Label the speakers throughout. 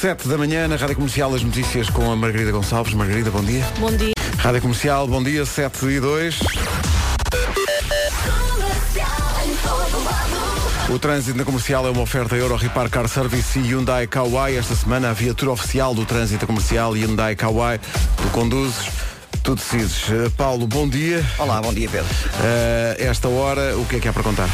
Speaker 1: 7 da manhã na Rádio Comercial as notícias com a Margarida Gonçalves. Margarida, bom dia.
Speaker 2: Bom dia.
Speaker 1: Rádio Comercial, bom dia, 7 e 2. O trânsito na comercial é uma oferta Euro Repar Car Service e Hyundai Kauai. Esta semana a viatura oficial do trânsito comercial Hyundai Kauai. Tu conduzes, tu decides. Eh, Paulo, bom dia.
Speaker 3: Olá, bom dia Pedro.
Speaker 1: Eh, esta hora, o que é que há para contar?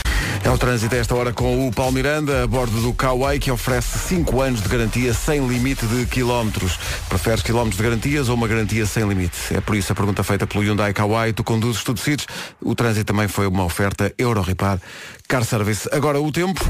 Speaker 1: É o trânsito a esta hora com o Paulo Miranda, a bordo do Kauai, que oferece 5 anos de garantia sem limite de quilómetros. Preferes quilómetros de garantias ou uma garantia sem limite? É por isso a pergunta feita pelo Hyundai Kauai, tu conduzes, tu decides. O trânsito também foi uma oferta Euroripar Car Service. Agora o tempo.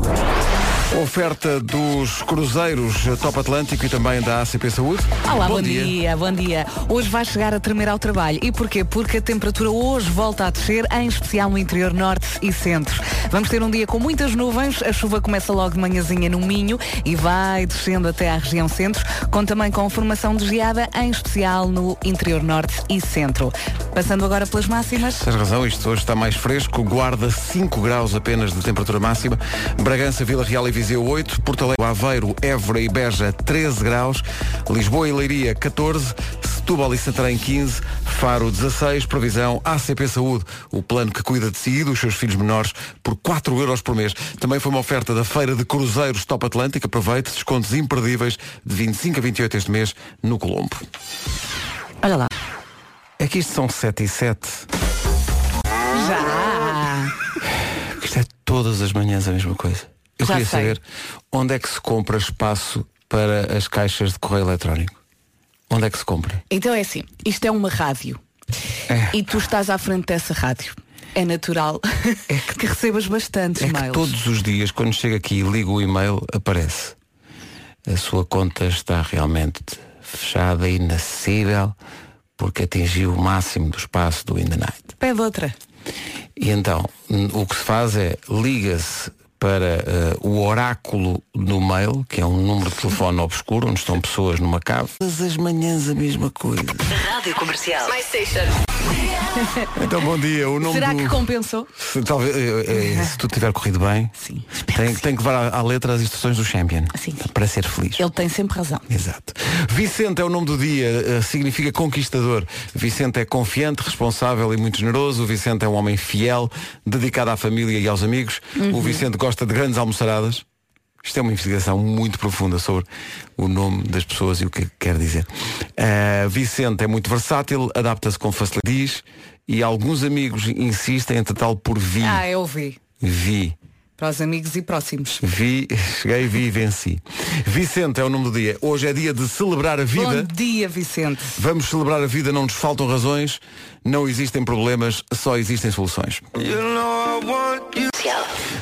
Speaker 1: Oferta dos cruzeiros Top Atlântico e também da ACP Saúde.
Speaker 2: Olá, bom, dia. bom dia. Hoje vai chegar a tremer ao trabalho. E porquê? Porque a temperatura hoje volta a descer, em especial no interior norte e centro. Vamos ter um dia com muitas nuvens, a chuva começa logo de manhãzinha no Minho e vai descendo até à região centro, com também com formação de geada, em especial no interior norte e centro. Passando agora pelas máximas.
Speaker 1: Tens razão, isto hoje está mais fresco. Guarda 5 graus apenas de temperatura máxima. Bragança, Vila Real e Viseu 8. Porto Alegre, Aveiro, Évora e Beja 13 graus. Lisboa e Leiria 14. Setúbal e Santarém 15. Faro 16. Previsão ACP Saúde, o plano que cuida de si e dos seus filhos menores por 4 euros por mês. Também foi uma oferta da Feira de Cruzeiros Top Atlântico. Aproveite descontos imperdíveis de 25 a 28 este mês no Colombo.
Speaker 2: Olha lá.
Speaker 1: É que isto são 7 e 7.
Speaker 2: Já!
Speaker 1: Porque Isto é todas as manhãs a mesma coisa. Eu
Speaker 2: Já
Speaker 1: queria
Speaker 2: sei.
Speaker 1: saber onde é que se compra espaço para as caixas de correio eletrónico. Onde é que se compra?
Speaker 2: Então é assim, isto é uma rádio. E tu estás à frente dessa rádio. É natural que, recebas bastantes
Speaker 1: É que
Speaker 2: mails.
Speaker 1: todos os dias, quando chego aqui e ligo o e-mail, aparece. A sua conta está realmente fechada e inacessível porque atingiu o máximo do espaço do In the Night.
Speaker 2: Pede outra.
Speaker 1: E então, n- o que se faz é liga-se para eh, o oráculo do mail, que é um número de telefone obscuro, onde estão pessoas numa cave. Todas as manhãs a mesma coisa.
Speaker 4: Rádio Comercial.
Speaker 1: Então, bom dia. O nome
Speaker 2: Será
Speaker 1: do...
Speaker 2: que compensou?
Speaker 1: se, talvez, eh, eh, se tudo tiver corrido bem,
Speaker 2: Sim.
Speaker 1: tem, tem que levar à, à letra as instruções do Champion
Speaker 2: Sim.
Speaker 1: para ser feliz.
Speaker 2: Ele tem sempre razão.
Speaker 1: Exato. Vicente é o nome do dia, eh, significa conquistador. Vicente é confiante, responsável e muito generoso. O Vicente é um homem fiel, dedicado à família e aos amigos.
Speaker 2: Uhum.
Speaker 1: O Vicente gosta de grandes almoçaradas. Isto é uma investigação muito profunda sobre o nome das pessoas e o que quer dizer. Eh, Vicente é muito versátil, adapta-se com facilidade diz, e alguns amigos insistem em tratá-lo por Vi.
Speaker 2: Ah, eu vi.
Speaker 1: Vi.
Speaker 2: Para os amigos e próximos.
Speaker 1: Vi, cheguei, vi e venci. Vicente é o nome do dia. Hoje é dia de celebrar a vida.
Speaker 2: Bom dia, Vicente.
Speaker 1: Vamos celebrar a vida, não nos faltam razões, não existem problemas, só existem soluções.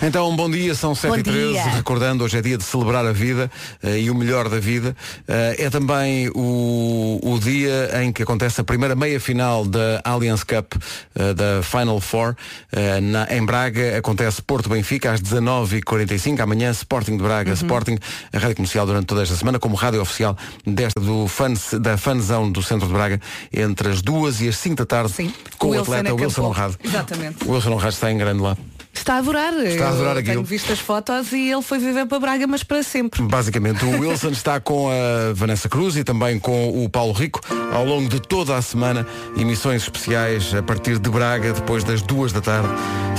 Speaker 1: Então, um bom dia, são 7 e
Speaker 2: Bom
Speaker 1: 13
Speaker 2: dia.
Speaker 1: recordando, hoje é dia de celebrar a vida eh, e o melhor da vida. Eh, é também o, o dia em que acontece a primeira meia-final da Allianz Cup, eh, da Final Four, eh, na- em Braga. Acontece Porto-Benfica às 19h45, amanhã Sporting de
Speaker 2: Uhum.
Speaker 1: Braga, Sporting, a rádio comercial durante toda esta semana, como rádio oficial desta do fans, da fanzão do centro de Braga, entre as 2 e as 5 da tarde,
Speaker 2: Sim.
Speaker 1: com o,
Speaker 2: Wilson
Speaker 1: atleta
Speaker 2: acampou.
Speaker 1: Wilson Honrado.
Speaker 2: Exatamente.
Speaker 1: O Wilson Honrado está em grande lá.
Speaker 2: Está a adorar.
Speaker 1: Está a adorar
Speaker 2: Eu
Speaker 1: aquilo.
Speaker 2: Tenho visto as fotos e ele foi viver para Braga, mas para sempre.
Speaker 1: Basicamente, o Wilson está com a Vanessa Cruz e também com o Paulo Rico ao longo de toda a semana. Emissões especiais a partir de Braga, depois das duas da tarde.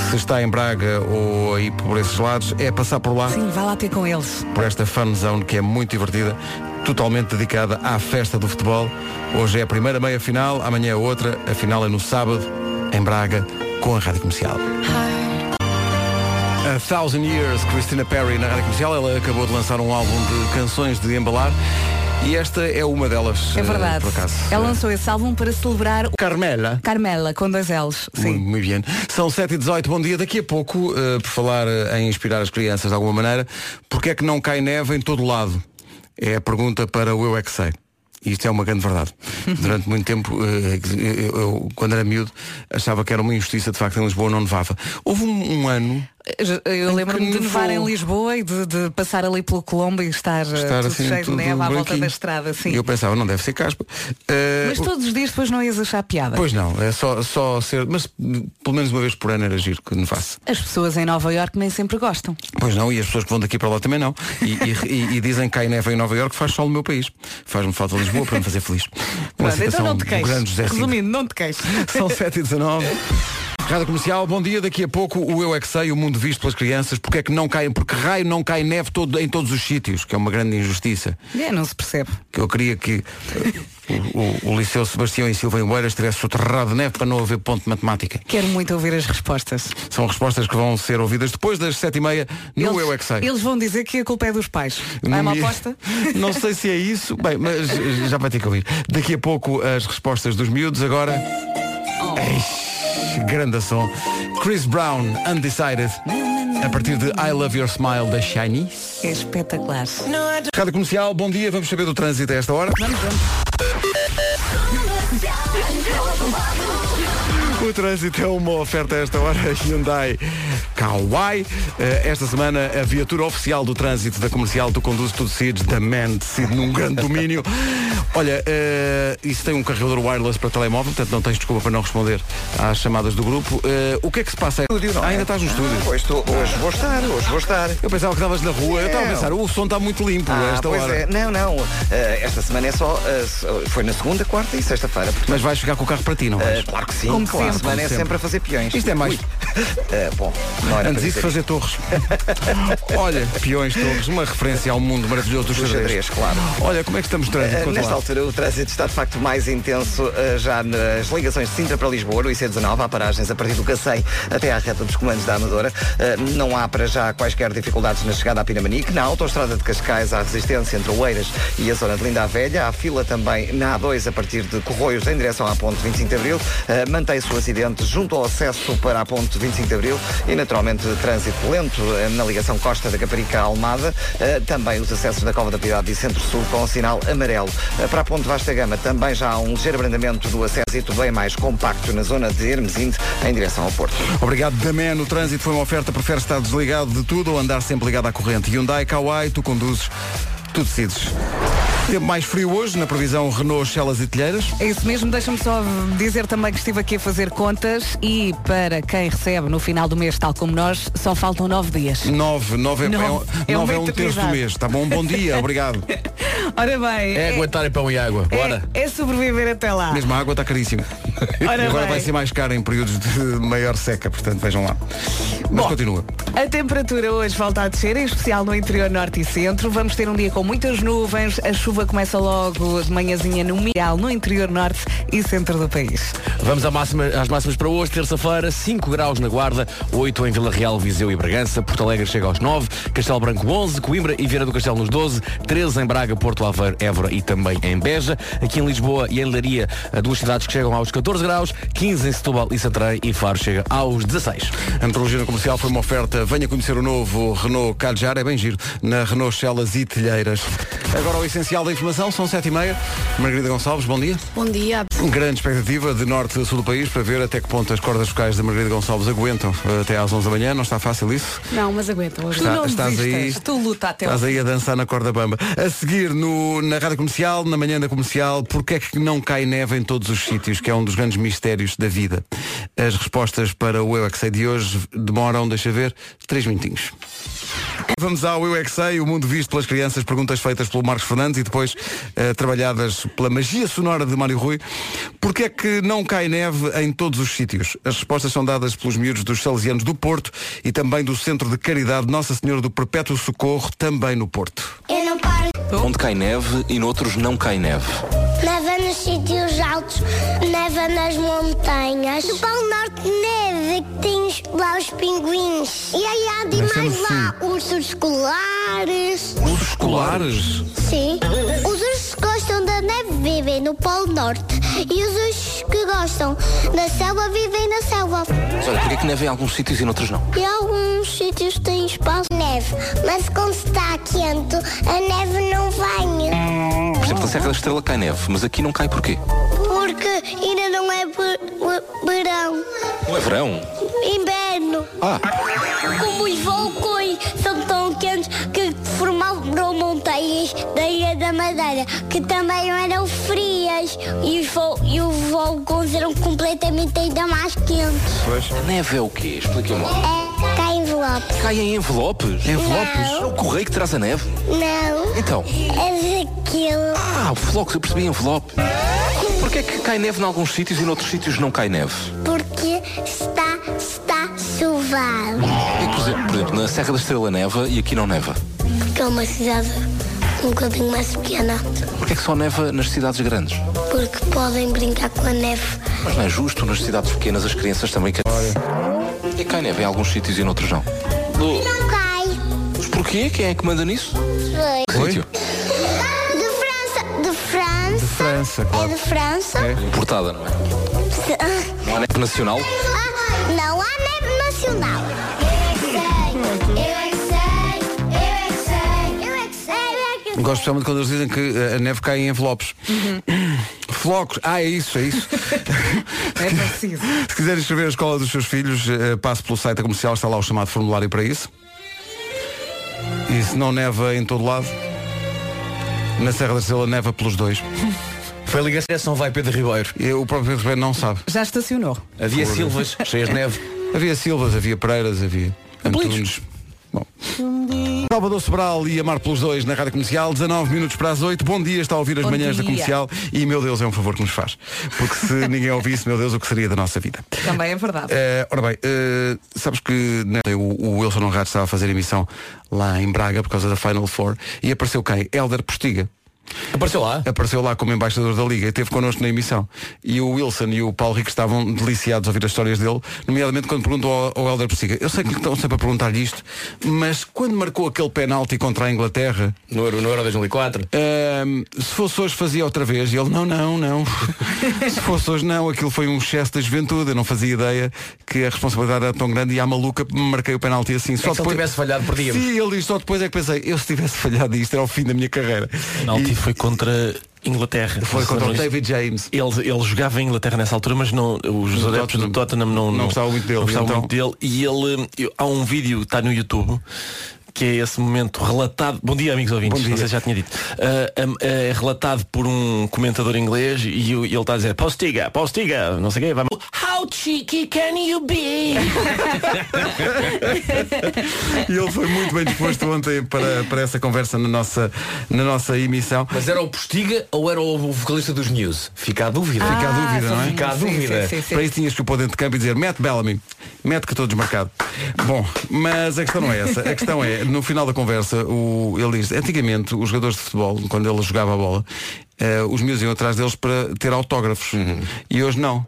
Speaker 1: Se está em Braga ou aí por esses lados, é passar por lá,
Speaker 2: Sim, vai lá ter com eles.
Speaker 1: por esta fanzone que é muito divertida, totalmente dedicada à festa do futebol. Hoje é a primeira meia-final, amanhã é outra. A final é no sábado, em Braga, com a Rádio Comercial. A Thousand Years, Christina Perry na Rádio Comercial, ela acabou de lançar um álbum de canções de embalar e esta é uma delas.
Speaker 2: É
Speaker 1: eh,
Speaker 2: verdade.
Speaker 1: Por acaso.
Speaker 2: Ela lançou esse álbum para celebrar o
Speaker 1: Carmela.
Speaker 2: Carmela, com dois L's.
Speaker 1: Muito,
Speaker 2: Sim.
Speaker 1: muito bem. São 7 e 18 bom dia. Daqui a pouco, eh, por falar eh, em inspirar as crianças de alguma maneira, porque é que não cai neve em todo lado? É a pergunta para o Eu É Que Sei. E Isto é uma grande verdade. Durante muito tempo, eh, eu, eu, quando era miúdo, achava que era uma injustiça, de facto, em Lisboa não nevava. Houve um, um ano
Speaker 2: Eu lembro-me de
Speaker 1: nevou.
Speaker 2: nevar em Lisboa e de, de passar ali pelo Colombo e estar, eh,
Speaker 1: Estar
Speaker 2: tudo
Speaker 1: assim,
Speaker 2: cheio
Speaker 1: tudo
Speaker 2: de neve à volta
Speaker 1: branquinho.
Speaker 2: da estrada, sim.
Speaker 1: E eu pensava, não deve ser caspa. Eh,
Speaker 2: Mas
Speaker 1: o-
Speaker 2: todos os dias depois não ias achar piada.
Speaker 1: Pois não, é só, só ser. Mas hum, pelo menos uma vez por ano era giro que nevasse.
Speaker 2: As pessoas em Nova Iorque nem sempre gostam.
Speaker 1: Pois não, e as pessoas que vão daqui para lá também não. E, e- e- e dizem que cai neve em Nova Iorque faz sol no meu país. Faz-me falta Lisboa para me fazer feliz. Uma
Speaker 2: Pronto, então
Speaker 1: citação
Speaker 2: não te
Speaker 1: do grande
Speaker 2: queixes.
Speaker 1: José Cid.
Speaker 2: Resumindo, não te queixes.
Speaker 1: São 7 e 19 Rádio Comercial, bom dia. Daqui a pouco o Eu É Que Sei, o mundo visto pelas crianças. Porque é que não caem? Porque raio não cai neve todo, em todos os sítios, que é uma grande injustiça.
Speaker 2: É, não se percebe.
Speaker 1: Que eu queria que eh, o, o, o Liceu Sebastião e Silva em Oeiras estivesse soterrado de neve para não haver ponto de matemática.
Speaker 2: Quero muito ouvir as respostas.
Speaker 1: São respostas que vão ser ouvidas depois das sete e meia no
Speaker 2: eles,
Speaker 1: Eu É Que Sei.
Speaker 2: Eles vão dizer que a culpa é dos pais.
Speaker 1: No
Speaker 2: é uma
Speaker 1: mi-
Speaker 2: aposta?
Speaker 1: Não sei se é isso. Bem, mas eh, já vai ter que ouvir. Daqui a pouco as respostas dos miúdos. Agora. Eish, grande som. Chris Brown, Undecided. A partir de I Love Your Smile da Chinese.
Speaker 2: É espetacular.
Speaker 1: Rádio Comercial, bom dia. Vamos saber do trânsito a esta hora.
Speaker 2: Vamos, vamos.
Speaker 1: O trânsito é uma oferta a esta hora Hyundai Kauai. Eh, Esta semana a viatura oficial do trânsito da comercial do Conduz Tudo Seeds, da Man Decide num grande domínio. Olha, eh, isso tem um carregador wireless para telemóvel, portanto não tens desculpa para não responder às chamadas do grupo. Eh, o que é que se passa?
Speaker 3: Estúdio, não
Speaker 1: Ah,
Speaker 3: é?
Speaker 1: ainda estás no estúdio.
Speaker 3: Pois estou, hoje vou estar, hoje vou estar.
Speaker 1: Eu pensava que estavas na rua, eu estava a
Speaker 3: Não.
Speaker 1: pensar, o som está muito limpo a
Speaker 3: É. Ah,
Speaker 1: esta
Speaker 3: pois
Speaker 1: hora.
Speaker 3: é. Não, não. eh, esta semana é só. eh, só- foi na segunda, quarta e sexta-feira. portanto,
Speaker 1: Mas vais ficar com o carro para ti, não
Speaker 3: eh,
Speaker 1: vais?
Speaker 3: claro que sim.
Speaker 2: Como
Speaker 3: claro,
Speaker 2: sempre,
Speaker 3: a semana
Speaker 1: como
Speaker 3: é
Speaker 1: sempre.
Speaker 3: sempre a fazer peões.
Speaker 1: Isto é mais.
Speaker 3: Ui. Eh, bom, não era para
Speaker 1: Antes disso,
Speaker 3: dizer
Speaker 1: fazer torres. Olha, peões, torres, uma referência ao mundo maravilhoso do
Speaker 3: isto. Do
Speaker 1: xadrez.
Speaker 3: xadrez, claro.
Speaker 1: Olha, como é que estamos de trânsito?
Speaker 3: Eh,
Speaker 1: Conta
Speaker 3: nesta
Speaker 1: lá.
Speaker 3: altura o trânsito está de facto mais intenso eh, já nas ligações de Sintra para Lisboa, no IC19, há paragens a partir do Cacém até à reta dos comandos da Amadora. Eh, não há para já quaisquer dificuldades na chegada à Pinamanique. Na autoestrada de Cascais há resistência entre Oeiras e a zona de Linda a Velha. Há fila também na A2 a partir de Corroios em direção à ponte 25 de Abril. Eh, Mantém-se o acidente junto ao acesso para a ponte 25 de Abril e naturalmente trânsito lento eh, na ligação Costa da Caparica à Almada. Eh, também os acessos da Cova da Piedade e Centro-Sul com o sinal amarelo. Eh, para a ponte Vasta Gama também já há um ligeiro abrandamento do acesso bem mais compacto na zona de Hermesinde em direção ao Porto.
Speaker 1: Obrigado, Damé. No trânsito foi uma oferta. Prefere estar desligado de tudo ou andar sempre ligado à corrente? Hyundai, Kauai, tu conduzes, tu decides. Tempo mais frio hoje, na previsão Renault, Chelas e Telheiras.
Speaker 2: É isso mesmo, deixa-me só dizer também que estive aqui a fazer contas e para quem recebe no final do mês, tal como nós, só faltam nove dias.
Speaker 1: 9, 9 é,
Speaker 2: Nove.
Speaker 1: é,
Speaker 2: É uma
Speaker 1: um- nove é um terço do
Speaker 2: eternidade.
Speaker 1: mês. Tá bom? Bom dia, obrigado.
Speaker 2: Ora bem,
Speaker 4: É aguentar em pão e água. Bora.
Speaker 2: é, é sobreviver até lá.
Speaker 1: Mesmo a água está caríssima.
Speaker 2: Ah. Ora
Speaker 1: e agora
Speaker 2: bem.
Speaker 1: vai ser mais cara em períodos de maior seca, portanto vejam lá. Mas
Speaker 2: Bom,
Speaker 1: continua.
Speaker 2: A temperatura hoje volta a descer, em especial no interior norte e centro. Vamos ter um dia com muitas nuvens. A chuva começa logo de manhãzinha no Mial, no interior norte e centro do país.
Speaker 4: Vamos à máxima- às máximas para hoje, terça-feira, 5 graus na Guarda, 8 em Vila Real, Viseu e Bragança, Porto Alegre chega aos 9, Castelo Branco 11, Coimbra e Vieira do Castelo nos 12, 13 em Braga, Porto Aveiro, Évora e também em Beja. Aqui em Lisboa e em Leiria, duas cidades que chegam aos 14 graus, 15 em Setúbal e Santarém e Faro chega aos 16.
Speaker 1: A metrologia no comercial foi uma oferta. Venha conhecer o novo Renault Kadjar, é bem giro, na Renault Celas e Telheiras. Agora o essencial da informação, são 7h30. Margarida Gonçalves, bom dia.
Speaker 5: Bom dia.
Speaker 1: Grande expectativa de norte a sul do país para ver até que ponto as cordas vocais da Margarida Gonçalves aguentam eh, até às 11 da manhã. Não está fácil isso?
Speaker 5: Não, mas aguenta hoje.
Speaker 2: Tu
Speaker 1: Está-
Speaker 2: não
Speaker 1: estás
Speaker 2: desistas,
Speaker 1: aí-
Speaker 2: tu luta até ao
Speaker 1: Estás aí a dançar na corda bamba. A seguir no, na Rádio Comercial, na manhã da comercial, porque é que não cai neve em todos os sítios, que é um dos grandes mistérios da vida. As respostas para o Eu é Que Sei de hoje demoram, deixa ver, três minutinhos. Vamos ao Eu é Que Sei, o mundo visto pelas crianças, perguntas feitas pelo Marcos Fernandes e depois eh, trabalhadas pela magia sonora de Mário Rui. Porquê é que não cai neve em todos os sítios? As respostas são dadas pelos miúdos dos Salesianos do Porto e também do Centro de Caridade Nossa Senhora do Perpétuo Socorro, também no Porto.
Speaker 6: Eu não paro.
Speaker 7: Onde cai neve e noutros não cai neve.
Speaker 6: Neva nos sítios altos, neva nas montanhas. No Polo Norte neve, que tens lá os pinguins. E aí há
Speaker 1: Deve ser no
Speaker 6: demais lá ursos escolares.
Speaker 1: Os escolares?
Speaker 6: Sim. Os ursos que gostam da neve vivem no Polo Norte. E os ursos que gostam da selva vivem na selva.
Speaker 7: Mas olha, porquê que neve em alguns sítios e noutros não?
Speaker 6: E alguns sítios têm espaço. Neve, mas quando está quente, a neve não vem.
Speaker 7: Por exemplo, na Serra da Estrela cai neve, mas aqui não cai porquê?
Speaker 6: Porque ainda não é ver- ver- verão.
Speaker 7: Não é verão.
Speaker 6: Inverno.
Speaker 7: Ah,
Speaker 6: Como os vulcões são tão quentes que formaram montanhas da Ilha da Madeira, que também eram frias e os, vol e os vulcões eram completamente ainda mais quentes.
Speaker 7: A neve é o quê? Expliquem-me lá.
Speaker 6: É, cá em envelope.
Speaker 7: Cai em envelopes?
Speaker 6: Envelopes?
Speaker 7: É o correio que traz a neve?
Speaker 6: Não,
Speaker 7: Então.
Speaker 6: é daquilo.
Speaker 7: Ah, flocos, eu percebi envelope. Porquê é que cai neve em alguns sítios e noutros sítios não cai neve?
Speaker 6: Porque está, está chovado.
Speaker 7: Porquê É que, por exemplo, por exemplo, na Serra da Estrela neva e aqui não neva?
Speaker 6: Porque é uma cidade um bocadinho mais pequena.
Speaker 7: Porquê é que só neva nas cidades grandes?
Speaker 6: Porque podem brincar com a neve.
Speaker 7: Mas não é justo, nas cidades pequenas as crianças também caem. E cai neve em alguns sítios e noutros não.
Speaker 6: Não cai.
Speaker 7: Mas porquê? Quem é que manda nisso?
Speaker 6: Foi.
Speaker 7: Que Sítio.
Speaker 6: De França. De França.
Speaker 1: França,
Speaker 6: É
Speaker 1: claro.
Speaker 6: de França.
Speaker 7: Importada, não é? Não há neve nacional?
Speaker 6: Ah, não há neve nacional. Eu é que sei. Eu é que sei. Eu é que sei. Eu é que sei.
Speaker 1: Gosto especialmente quando eles dizem que eh, a neve cai em envelopes. Flocos, ah, é isso, é isso.
Speaker 2: É preciso.
Speaker 1: Se quiser inscrever a escola dos seus filhos, eh, passe pelo site da comercial, está lá o chamado formulário para isso. E se não neva em todo lado, na Serra da Estrela neva pelos dois.
Speaker 4: Foi a ligação vai Pedro Ribeiro.
Speaker 1: E o próprio Pedro Ribeiro não sabe.
Speaker 2: Já estacionou.
Speaker 4: Havia silvas cheias de neve.
Speaker 1: Havia Silvas, havia Pereiras, havia Antunes. Bom. Salvador Sobral e Amar pelos dois na Rádio Comercial, 19 minutos para as 8. Bom dia, está a ouvir as
Speaker 2: Bom
Speaker 1: manhãs da
Speaker 2: dia.
Speaker 1: Comercial e, meu Deus, é um favor que nos faz. Porque se ninguém ouvisse, meu Deus, o que seria da nossa vida?
Speaker 2: Também é verdade.
Speaker 1: Eh, ora bem, eh, sabes que né, o, o Wilson Honrado estava a fazer emissão lá em Braga por causa da Final Four e apareceu quem? Helder Postiga.
Speaker 4: Apareceu lá.
Speaker 1: Apareceu lá como embaixador da Liga e esteve connosco na emissão. E o Wilson e o Paulo Rico estavam deliciados a ouvir as histórias dele, nomeadamente quando perguntam ao, ao Helder Postiga. Eu sei que lhe estão sempre a perguntar-lhe isto, mas quando marcou aquele penalti contra a Inglaterra,
Speaker 4: No Euro, no Euro 2004.
Speaker 1: Ahm, se fosse hoje fazia outra vez. E ele, não, não, não. se fosse hoje não, aquilo foi um excesso da juventude. Eu não fazia ideia que a responsabilidade era tão grande e à maluca marquei o penalti assim. Só
Speaker 4: É se ele tivesse falhado, perdíamos.
Speaker 1: Sim, ele diz, só depois é que pensei, eu se tivesse falhado isto era o fim da minha carreira.
Speaker 5: penalti
Speaker 1: E
Speaker 5: foi contra Inglaterra.
Speaker 1: foi contra o
Speaker 5: Lembram-se?
Speaker 1: David James.
Speaker 5: Ele, ele jogava em Inglaterra nessa altura, mas não, os
Speaker 1: No
Speaker 5: adeptos
Speaker 1: Tottenham.
Speaker 5: do Tottenham não,
Speaker 1: Não gostavam muito dele,
Speaker 5: não gostavam
Speaker 1: então?
Speaker 5: muito dele. E ele, eu- há um vídeo, está no YouTube, que é esse momento relatado. Bom dia, amigos ouvintes.
Speaker 1: Bom dia.
Speaker 5: Não sei se já tinha dito. Ah, am- é relatado por um comentador inglês e, o- e ele está a dizer, Postiga, Postiga, não sei o quê, vai How cheeky can you be?
Speaker 1: E ele foi muito bem disposto ontem para, para essa conversa na nossa, na nossa emissão.
Speaker 4: Mas era o Postiga ou era o vocalista dos News? Fica a dúvida.
Speaker 1: Fica a dúvida, não é?
Speaker 2: sim,
Speaker 4: Fica a
Speaker 2: sim,
Speaker 4: dúvida.
Speaker 2: sim, sim, sim.
Speaker 1: Para isso tinhas que o pôr dentro de campo e dizer mete Bellamy, mete que estou desmarcado. Bom, mas a questão não é essa. A questão é, no final da conversa, o, ele diz, antigamente os jogadores de futebol, quando ele jogava a bola, eh, os meus iam atrás deles para ter autógrafos.
Speaker 4: Uhum.
Speaker 1: E hoje não.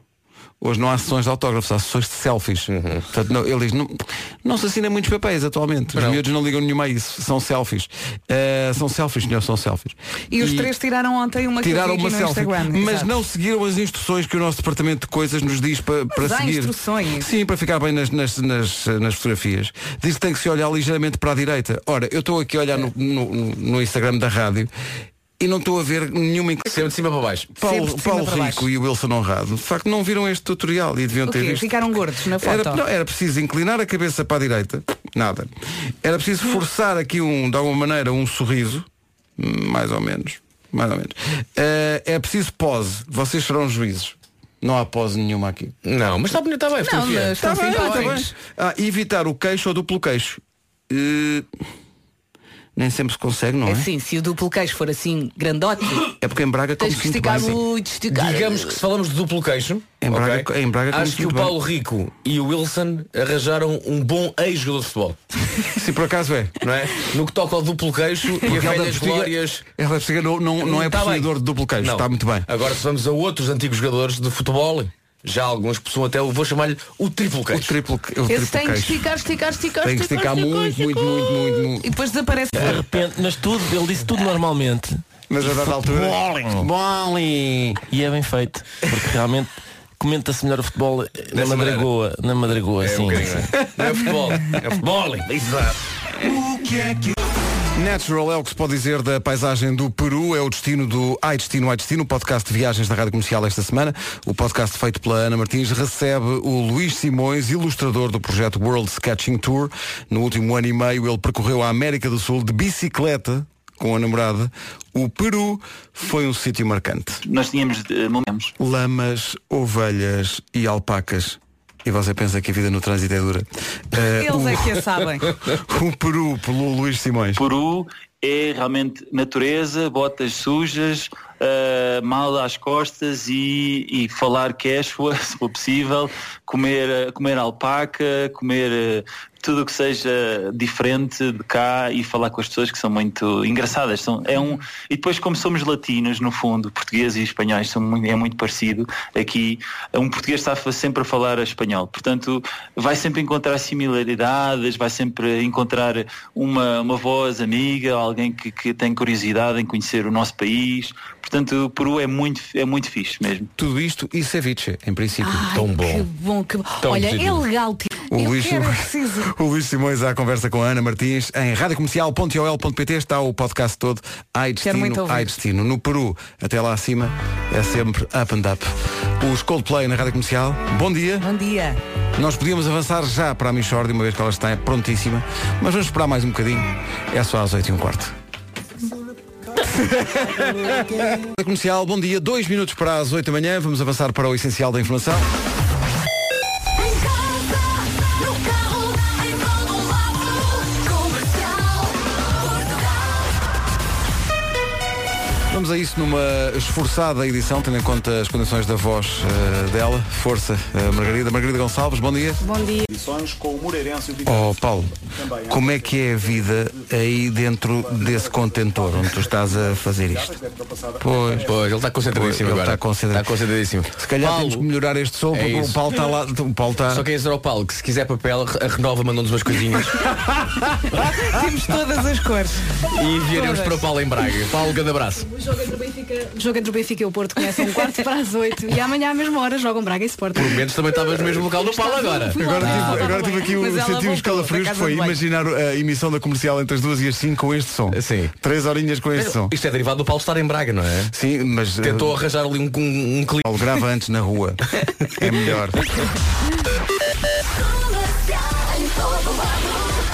Speaker 1: Hoje não há sessões de autógrafos, há sessões de selfies.
Speaker 4: Uhum.
Speaker 1: Portanto, não, ele diz, não, não se assina muitos papéis atualmente. Os miúdos não ligam nenhuma a isso. São selfies. Eh, são selfies, senhor, são selfies.
Speaker 2: E os três tiraram ontem uma que eu
Speaker 1: Tiraram
Speaker 2: vi
Speaker 1: uma
Speaker 2: aqui no
Speaker 1: selfie,
Speaker 2: Instagram.
Speaker 1: mas
Speaker 2: Exato.
Speaker 1: não seguiram as instruções que o nosso departamento de coisas nos diz para, para
Speaker 2: há
Speaker 1: seguir.
Speaker 2: instruções.
Speaker 1: Sim, para ficar bem nas, nas, nas, nas fotografias. Diz que tem que se olhar ligeiramente para a direita. Ora, eu estou aqui a olhar no, no, no Instagram da rádio e não estou a ver nenhuma inclusão.
Speaker 4: Sempre de cima para baixo.
Speaker 1: Paulo,
Speaker 2: Sempre de cima
Speaker 1: Paulo
Speaker 2: para baixo.
Speaker 1: Rico e o Wilson Honrado, de facto, não viram este tutorial e deviam
Speaker 2: O
Speaker 1: ter
Speaker 2: quê?
Speaker 1: visto.
Speaker 2: Ficaram gordos na foto.
Speaker 1: Era, não, é, era preciso inclinar a cabeça para a direita, nada. Era preciso forçar aqui um, de alguma maneira um sorriso, mais ou menos. Mais ou menos. Eh, é preciso pose. Vocês serão juízes. Não há pose nenhuma aqui.
Speaker 4: Não, mas está bonito, está bem. é.
Speaker 2: Não, mas
Speaker 1: Tá
Speaker 2: estão simpáticos.
Speaker 1: Ah, evitar o queixo ou duplo queixo. Eh, nem sempre se consegue, não é?
Speaker 2: É assim, se o duplo queixo for assim grandote,
Speaker 1: É porque em Braga
Speaker 2: tens
Speaker 1: come-se
Speaker 2: que esticar
Speaker 1: muito bem.
Speaker 2: muito, esticar.
Speaker 4: Digamos que se falamos de duplo queixo,
Speaker 1: Em Braga-
Speaker 4: ok?
Speaker 1: em Braga come-se
Speaker 4: acho que o
Speaker 1: muito bem.
Speaker 4: Paulo Rico e o Wilson arranjaram um bom ex-jogador de futebol,
Speaker 1: Se por acaso é.
Speaker 4: não é? No que toca ao duplo queixo e a velhas glórias.
Speaker 1: Ela não, não, não é
Speaker 4: Tá bem.
Speaker 1: possuidor de duplo queixo.
Speaker 4: Não.
Speaker 1: Está muito bem.
Speaker 4: Agora se vamos a outros antigos jogadores de futebol, já alguns possuem até, eu vou chamar-lhe o triplo
Speaker 1: O
Speaker 4: queixo.
Speaker 1: triplo, que- o
Speaker 2: Esse
Speaker 1: triplo
Speaker 2: tem que
Speaker 1: queixo.
Speaker 2: esticar, esticar, esticar,
Speaker 1: Tem que esticar muito, muito, muito, muito, muito.
Speaker 2: E depois desaparece.
Speaker 5: De repente, mas tudo, ele disse tudo normalmente.
Speaker 1: Mas a dada altura.
Speaker 5: Bowling.
Speaker 1: Bowling.
Speaker 5: E é bem feito, porque realmente comenta-se melhor o futebol eh, na
Speaker 4: Dessa
Speaker 5: Madragoa, na Madragoa,
Speaker 4: É um
Speaker 5: sim.
Speaker 4: bocadinho, não é? Não é futebol, é futebol. Exato.
Speaker 1: Natural é o que se pode dizer da paisagem do Peru, é o destino do Ai Destino, Ai Destino, o podcast de viagens da Rádio Comercial esta semana. O podcast feito pela Ana Martins recebe o Luís Simões, ilustrador do projeto World Sketching Tour. No último ano e meio ele percorreu a América do Sul de bicicleta com a namorada. O Peru foi um sítio marcante.
Speaker 8: Nós tínhamos eh, momentos.
Speaker 1: lamas, ovelhas e alpacas. E você pensa que a vida no trânsito é dura. Eh,
Speaker 2: Eles é que a sabem.
Speaker 1: o, o Um Peru, pelo Luís Simões.
Speaker 8: Peru é realmente natureza, botas sujas, ah, mal às costas e, e falar quechua, se for possível, comer, ah, comer alpaca, comer ah, tudo o que seja diferente de cá e falar com as pessoas que são muito engraçadas. São, é um, e depois, como somos latinos, no fundo, portugueses e espanhóis são muito, é muito parecido aqui. Um português está sempre a falar espanhol, portanto, vai sempre encontrar similaridades, vai sempre encontrar uma, uma voz amiga, alguém que, que tem curiosidade em conhecer o nosso país. Portanto, o Peru é muito, é muito fixe mesmo.
Speaker 1: Tudo isto e ceviche, em princípio.
Speaker 2: Ai, Que bom, que bom. Olha,
Speaker 4: positivo.
Speaker 2: é legal. tio.
Speaker 1: O
Speaker 2: Eu
Speaker 1: Luís,
Speaker 2: quero, eu
Speaker 1: Simões-
Speaker 2: preciso.
Speaker 1: o Luís Simões à conversa com a Ana Martins em radiocomercial.ol.pt está o podcast todo Ai
Speaker 2: muito
Speaker 1: Destino,
Speaker 2: ouvir.
Speaker 1: Ai Destino. No Peru, até lá acima, é sempre up and up. Os Coldplay na Rádio Comercial. Bom dia.
Speaker 2: Bom dia.
Speaker 1: Nós podíamos avançar já para a Michord, uma vez que ela está prontíssima, mas vamos esperar mais um bocadinho. É só às 8 e um quarto. Rádio Comercial, bom dia. Dois minutos para as 8 da manhã. Vamos avançar para o essencial da informação. Vamos a isso numa esforçada edição, tendo em conta as condições da voz eh, dela. Força, eh, Margarida. Margarida Gonçalves, bom dia.
Speaker 9: Bom dia.
Speaker 1: Oh, Paulo, como é que é a vida aí dentro desse contentor onde tu estás a fazer isto? Pois.
Speaker 4: Pois, ele está Tá concentradíssimo
Speaker 1: Ele
Speaker 4: agora.
Speaker 1: está É concentrado.
Speaker 4: Está concentradíssimo.
Speaker 1: Se calhar
Speaker 4: Paulo, É
Speaker 1: temos que melhorar este som, porque o
Speaker 4: isso.
Speaker 1: Paulo está lá. O Paulo tá- está.
Speaker 4: Só quem é dizer ao Paulo que se quiser papel, a Renova mandou-nos umas coisinhas
Speaker 2: Temos todas as cores.
Speaker 4: e enviaremos para o Paulo em Braga. Paulo, grande abraço.
Speaker 9: O jogo entre o Benfica, o jogo entre o Benfica e o Porto começa um quarto para as oito e amanhã à mesma hora jogam Braga e Sporting.
Speaker 4: Pelo menos também estavas no mesmo local do Paulo agora.
Speaker 9: Fui lá, fui
Speaker 1: Agora,
Speaker 9: lá,
Speaker 1: tive,
Speaker 9: estava bem.
Speaker 1: agora tive aqui
Speaker 2: Mas
Speaker 1: um,
Speaker 2: ela
Speaker 1: senti uns
Speaker 2: voltou,
Speaker 1: calafrios
Speaker 2: da
Speaker 1: que
Speaker 2: casa
Speaker 1: foi
Speaker 2: do banho.
Speaker 1: imaginar eh, a emissão da comercial entre as duas e as 5 com este som.
Speaker 4: Sim.
Speaker 1: Três horinhas com este som.
Speaker 4: Isto é derivado do Paulo estar em Braga, não é?
Speaker 1: Sim, mas. eh,
Speaker 4: Tentou arranjar ali um, um, um clipe.
Speaker 1: Paulo grava antes na rua. É melhor.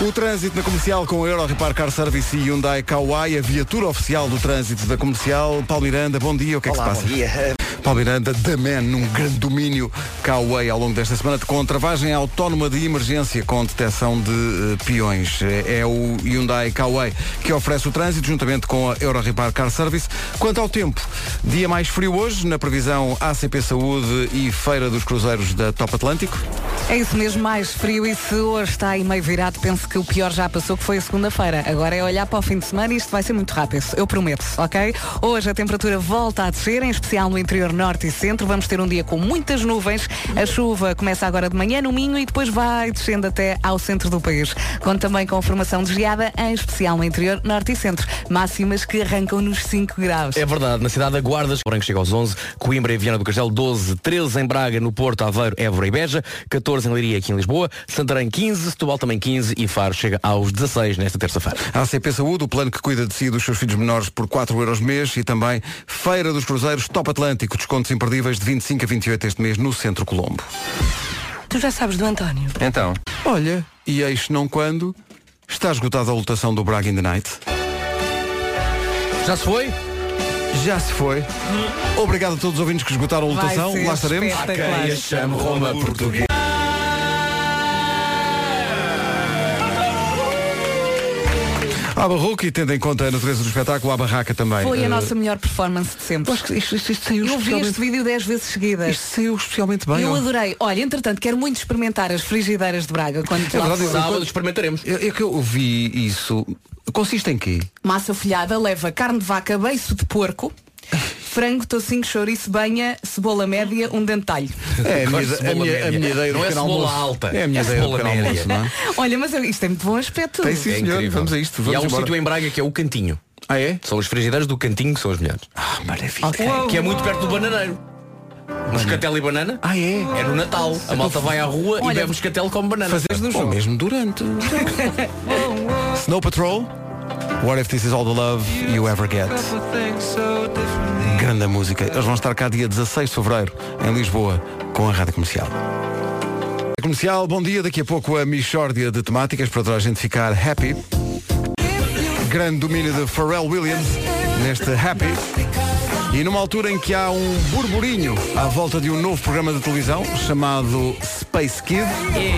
Speaker 1: O trânsito na comercial com a Euro Repar Car Service e Hyundai Kauai, a viatura oficial do trânsito da comercial. Paulo Miranda, bom dia, o que é que
Speaker 3: Olá,
Speaker 1: se
Speaker 3: bom
Speaker 1: passa?
Speaker 3: dia.
Speaker 1: Paulo Miranda, da Man, num grande domínio Kauai ao longo desta semana, com travagem autónoma de emergência com detecção de eh, peões. Eh, É o Hyundai Kauai que oferece o trânsito juntamente com a Euro Repar Car Service. Quanto ao tempo, dia mais frio hoje, na previsão ACP Saúde e Feira dos Cruzeiros da Top Atlântico.
Speaker 2: É isso mesmo, mais frio e se hoje está aí meio virado, penso que o pior já passou, que foi a segunda-feira. Agora é olhar para o fim de semana e isto vai ser muito rápido, eu prometo, ok? Hoje a temperatura volta a descer, em especial no interior norte e centro. Vamos ter um dia com muitas nuvens. A chuva começa agora de manhã no Minho e depois vai descendo até ao centro do país. Conto também com formação de geada, em especial no interior norte e centro. Máximas que arrancam nos 5 graus.
Speaker 4: É verdade, na cidade da Guardas, Branco chega aos 11, Coimbra e Viana do Castelo 12, 13 em Braga, no Porto, Aveiro, Évora e Beja, 14 em Leiria aqui em Lisboa, Santarém 15, Setúbal também 15 e Faro chega aos 16 nesta terça-feira.
Speaker 1: A ACP Saúde, o plano que cuida de si e dos seus filhos menores por 4 euros mês e também Feira dos Cruzeiros Top Atlântico, descontos imperdíveis de 25 a 28 este mês no Centro Colombo.
Speaker 9: Tu já sabes do António.
Speaker 5: Então,
Speaker 1: Olha, e eis não quando está esgotada a lotação do Braga in the Night.
Speaker 4: Já se foi?
Speaker 1: Já se foi. Obrigado a todos os ouvintes que esgotaram a
Speaker 2: Vai
Speaker 1: lotação.
Speaker 2: ser
Speaker 1: Lá estaremos.
Speaker 2: espetacular.
Speaker 4: chamo Roma português.
Speaker 1: À Barroca e tendo em conta a natureza do espetáculo, à Barraca também.
Speaker 2: Foi
Speaker 1: Eh,
Speaker 2: a nossa melhor performance de sempre.
Speaker 1: Acho que isto, isto- isto saiu
Speaker 2: Eu vi
Speaker 1: especialmente...
Speaker 2: este vídeo 10 vezes seguidas.
Speaker 1: isto saiu especialmente bem.
Speaker 2: eu
Speaker 1: ó.
Speaker 2: adorei. Olha, entretanto, quero muito experimentar as frigideiras de Braga quando lá
Speaker 1: É verdade,
Speaker 2: for.
Speaker 4: Sábado experimentaremos.
Speaker 1: Eu, eu é que eu vi isso. Consiste em quê?
Speaker 2: Massa folhada leva carne de vaca, beiço de porco, frango, tocinho, chouriço, banha, cebola média, um dentalho.
Speaker 1: É a
Speaker 4: Gosto
Speaker 1: minha,
Speaker 4: de
Speaker 1: a
Speaker 4: cebola
Speaker 1: minha, a
Speaker 4: média.
Speaker 1: minha ideia do
Speaker 4: Não é
Speaker 1: pequeno
Speaker 4: cebola
Speaker 1: almoço.
Speaker 4: alta,
Speaker 1: É a minha
Speaker 4: é
Speaker 1: ideia do
Speaker 4: cebola
Speaker 1: pequeno
Speaker 4: média.
Speaker 1: almoço, não é?
Speaker 2: Olha, mas eu- isto tem muito bom aspecto.
Speaker 1: Tem sim,
Speaker 4: É
Speaker 1: senhor.
Speaker 4: incrível.
Speaker 1: Vamos a isto. Vamos
Speaker 4: e há um
Speaker 1: embora.
Speaker 4: sítio em Braga que é o Cantinho.
Speaker 1: Ah, é?
Speaker 4: São os frigideiros do Cantinho que são os melhores.
Speaker 1: Ah, maravilha.
Speaker 4: Que é muito perto do bananeiro. Moscatel e banana?
Speaker 1: Ah, é?
Speaker 4: É no Natal. A malta vai à rua e
Speaker 2: Olha,
Speaker 4: bebe moscatel e come banana.
Speaker 1: Fazeres do jogo. mesmo durante. Snow Patrol. What If This Is All The Love You Ever Get. Grande música. Eles vão estar cá dia 16 de Fevereiro, em Lisboa, com a Rádio Comercial. Comercial, bom dia. Daqui a pouco a Michórdia de Temáticas, para toda a gente ficar happy. Grande domínio de Pharrell Williams, neste Happy. E numa altura em que há um burburinho à volta de um novo programa de televisão chamado Space Kid.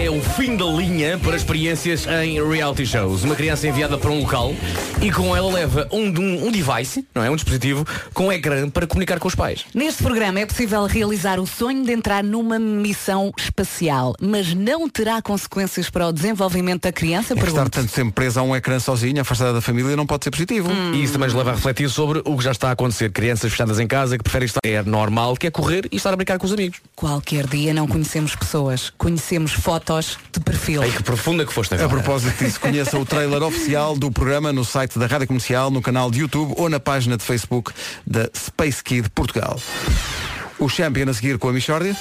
Speaker 4: É o fim da linha para experiências em reality shows. Uma criança enviada para um local e com ela leva um, um, um device, não é? Um dispositivo com um ecrã para comunicar com os pais.
Speaker 2: Neste programa é possível realizar o sonho de entrar numa missão espacial, mas não terá consequências para o desenvolvimento da criança?
Speaker 1: É que estar
Speaker 2: Pergunto.
Speaker 1: tanto sempre presa a um ecrã sozinha, afastada da família, não pode ser positivo.
Speaker 4: Hum. E isso também nos leva a refletir sobre o que já está a acontecer. Crianças fechadas em casa que preferem estar. É normal que é correr e estar a brincar com os amigos.
Speaker 2: Qualquer dia não conhecemos pessoas, conhecemos fotos de perfil.
Speaker 4: Ai, que profunda que foste
Speaker 1: A
Speaker 4: agora.
Speaker 1: propósito disso, conheça o trailer oficial do programa no site da Rádio Comercial, no canal de YouTube ou na página de Facebook da Space Kid Portugal. O Champion a seguir com a Michórdia.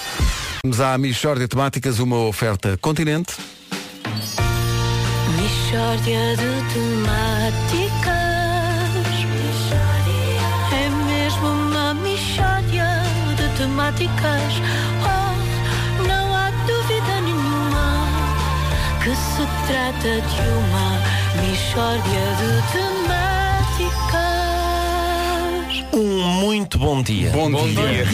Speaker 1: Vamos à Michórdia Temáticas, uma oferta continente.
Speaker 10: Michórdia de temáticas É mesmo uma michórdia de temáticas Oh, não há dúvida nenhuma Que se trata de uma michórdia de temáticas
Speaker 5: Um muito bom dia.
Speaker 1: Bom,
Speaker 4: dia,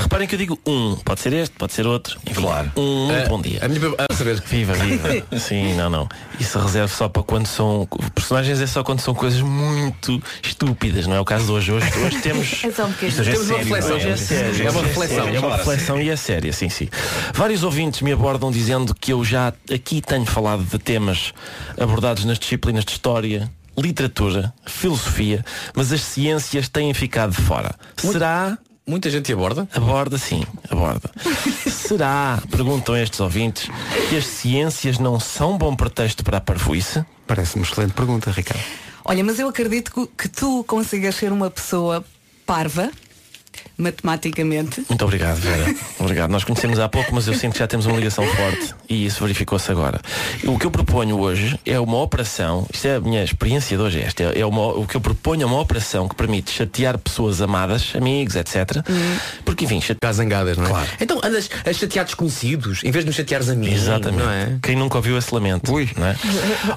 Speaker 5: Reparem que eu digo um. Pode ser este, pode ser outro. Enfim,
Speaker 4: Claro.
Speaker 5: Um muito
Speaker 4: Ah,
Speaker 5: bom dia.
Speaker 4: A minha... a saber.
Speaker 5: Viva, viva. Sim, não, não. Isso reserva só para quando são. Personagens é só quando são coisas muito estúpidas, não é o caso de hoje. Hoje, hoje temos.
Speaker 2: É só um bocadinho.
Speaker 5: Isto hoje é
Speaker 4: Temos uma
Speaker 5: sério,
Speaker 4: reflexão.
Speaker 5: hoje é sério.
Speaker 4: É uma
Speaker 5: Hoje
Speaker 4: reflexão.
Speaker 5: sério, É uma reflexão e é séria, sim, sim. Vários ouvintes me abordam dizendo que eu já aqui tenho falado de temas abordados nas disciplinas de história. Literatura, filosofia, mas as ciências têm ficado fora. Será
Speaker 4: Muita gente aborda.
Speaker 5: Aborda, sim, aborda. Será, perguntam estes ouvintes, que as ciências não são bom pretexto para a parvoíce?
Speaker 1: Parece-me excelente pergunta, Ricardo.
Speaker 2: Olha, mas eu acredito que- que tu consigas ser uma pessoa parva, matematicamente.
Speaker 5: Muito obrigado, Vera. Obrigado. Nós conhecemos há pouco, mas eu sinto que já temos uma ligação forte e isso verificou-se agora. O que eu proponho hoje é uma operação, isto é a minha experiência de hoje, esta é, é uma, o que eu proponho é uma operação que permite chatear pessoas amadas, amigos, etc.
Speaker 4: Uhum.
Speaker 5: Porque, enfim, chatear.
Speaker 4: Casangadas, não é? Claro. Então andas a chatear desconhecidos em vez de nos chateares a mim.
Speaker 5: Exatamente.
Speaker 4: Não é?
Speaker 5: Quem nunca ouviu esse lamento?
Speaker 1: Ui.
Speaker 5: Não é?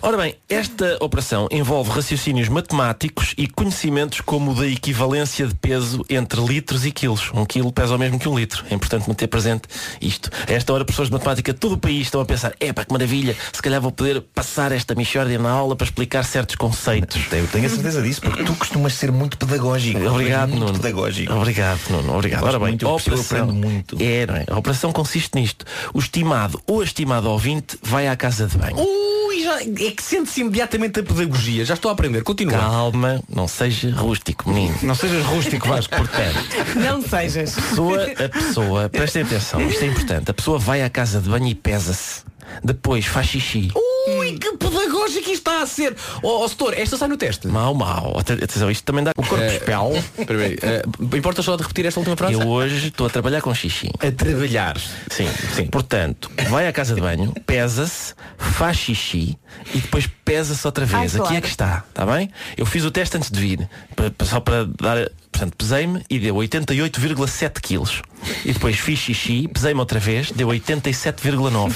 Speaker 5: Ora bem, esta operação envolve raciocínios matemáticos e conhecimentos como o da equivalência de peso entre litros e quilos. Um quilo pesa o mesmo que um litro. É importante manter presente isto. A esta hora, pessoas de matemática de todo o país estão a pensar epá, que maravilha, se calhar vou poder passar esta michórdia na aula para explicar certos conceitos.
Speaker 11: Eu tenho a certeza disso, porque tu costumas ser muito pedagógico.
Speaker 5: Obrigado,
Speaker 11: muito
Speaker 5: Nuno.
Speaker 11: pedagógico.
Speaker 5: Obrigado, Nuno. Obrigado. Ora bem,
Speaker 11: muito, eu
Speaker 5: a
Speaker 11: percebo,
Speaker 5: operação-
Speaker 11: aprendo muito.
Speaker 5: É, não é? A operação consiste nisto. O estimado ou a estimada ouvinte vai à casa de banho.
Speaker 4: Ui, já, é que sente-se imediatamente a pedagogia. Já estou a aprender. Continua.
Speaker 5: Calma, não seja rústico, menino.
Speaker 1: Não sejas rústico, Vasco.
Speaker 5: Portanto,
Speaker 2: Não sejas.
Speaker 5: pessoa, a pessoa, prestem atenção, isto é importante. A pessoa vai à casa de banho e pesa-se. Depois faz xixi.
Speaker 4: Ui, que pedagógico isto está a ser. Ó, oh, setor, esta sai no teste.
Speaker 5: Mau, mau. Ate- Atenção, isto também dá o corpo
Speaker 4: Eh,
Speaker 5: espel.
Speaker 4: Espera aí, eh, importa só de repetir esta última frase?
Speaker 5: Eu hoje estou a trabalhar com xixi.
Speaker 4: A trabalhar.
Speaker 5: Sim, sim. Portanto, vai à casa de banho, pesa-se, faz xixi e depois pesa-se outra vez. Aqui
Speaker 2: Ah, claro.
Speaker 5: é que está, está bem? Eu fiz o teste antes de vir, pa- pa- só para dar. Portanto, pesei-me e deu 88,7 quilos. E depois fiz xixi, pesei-me outra vez, deu 87,9.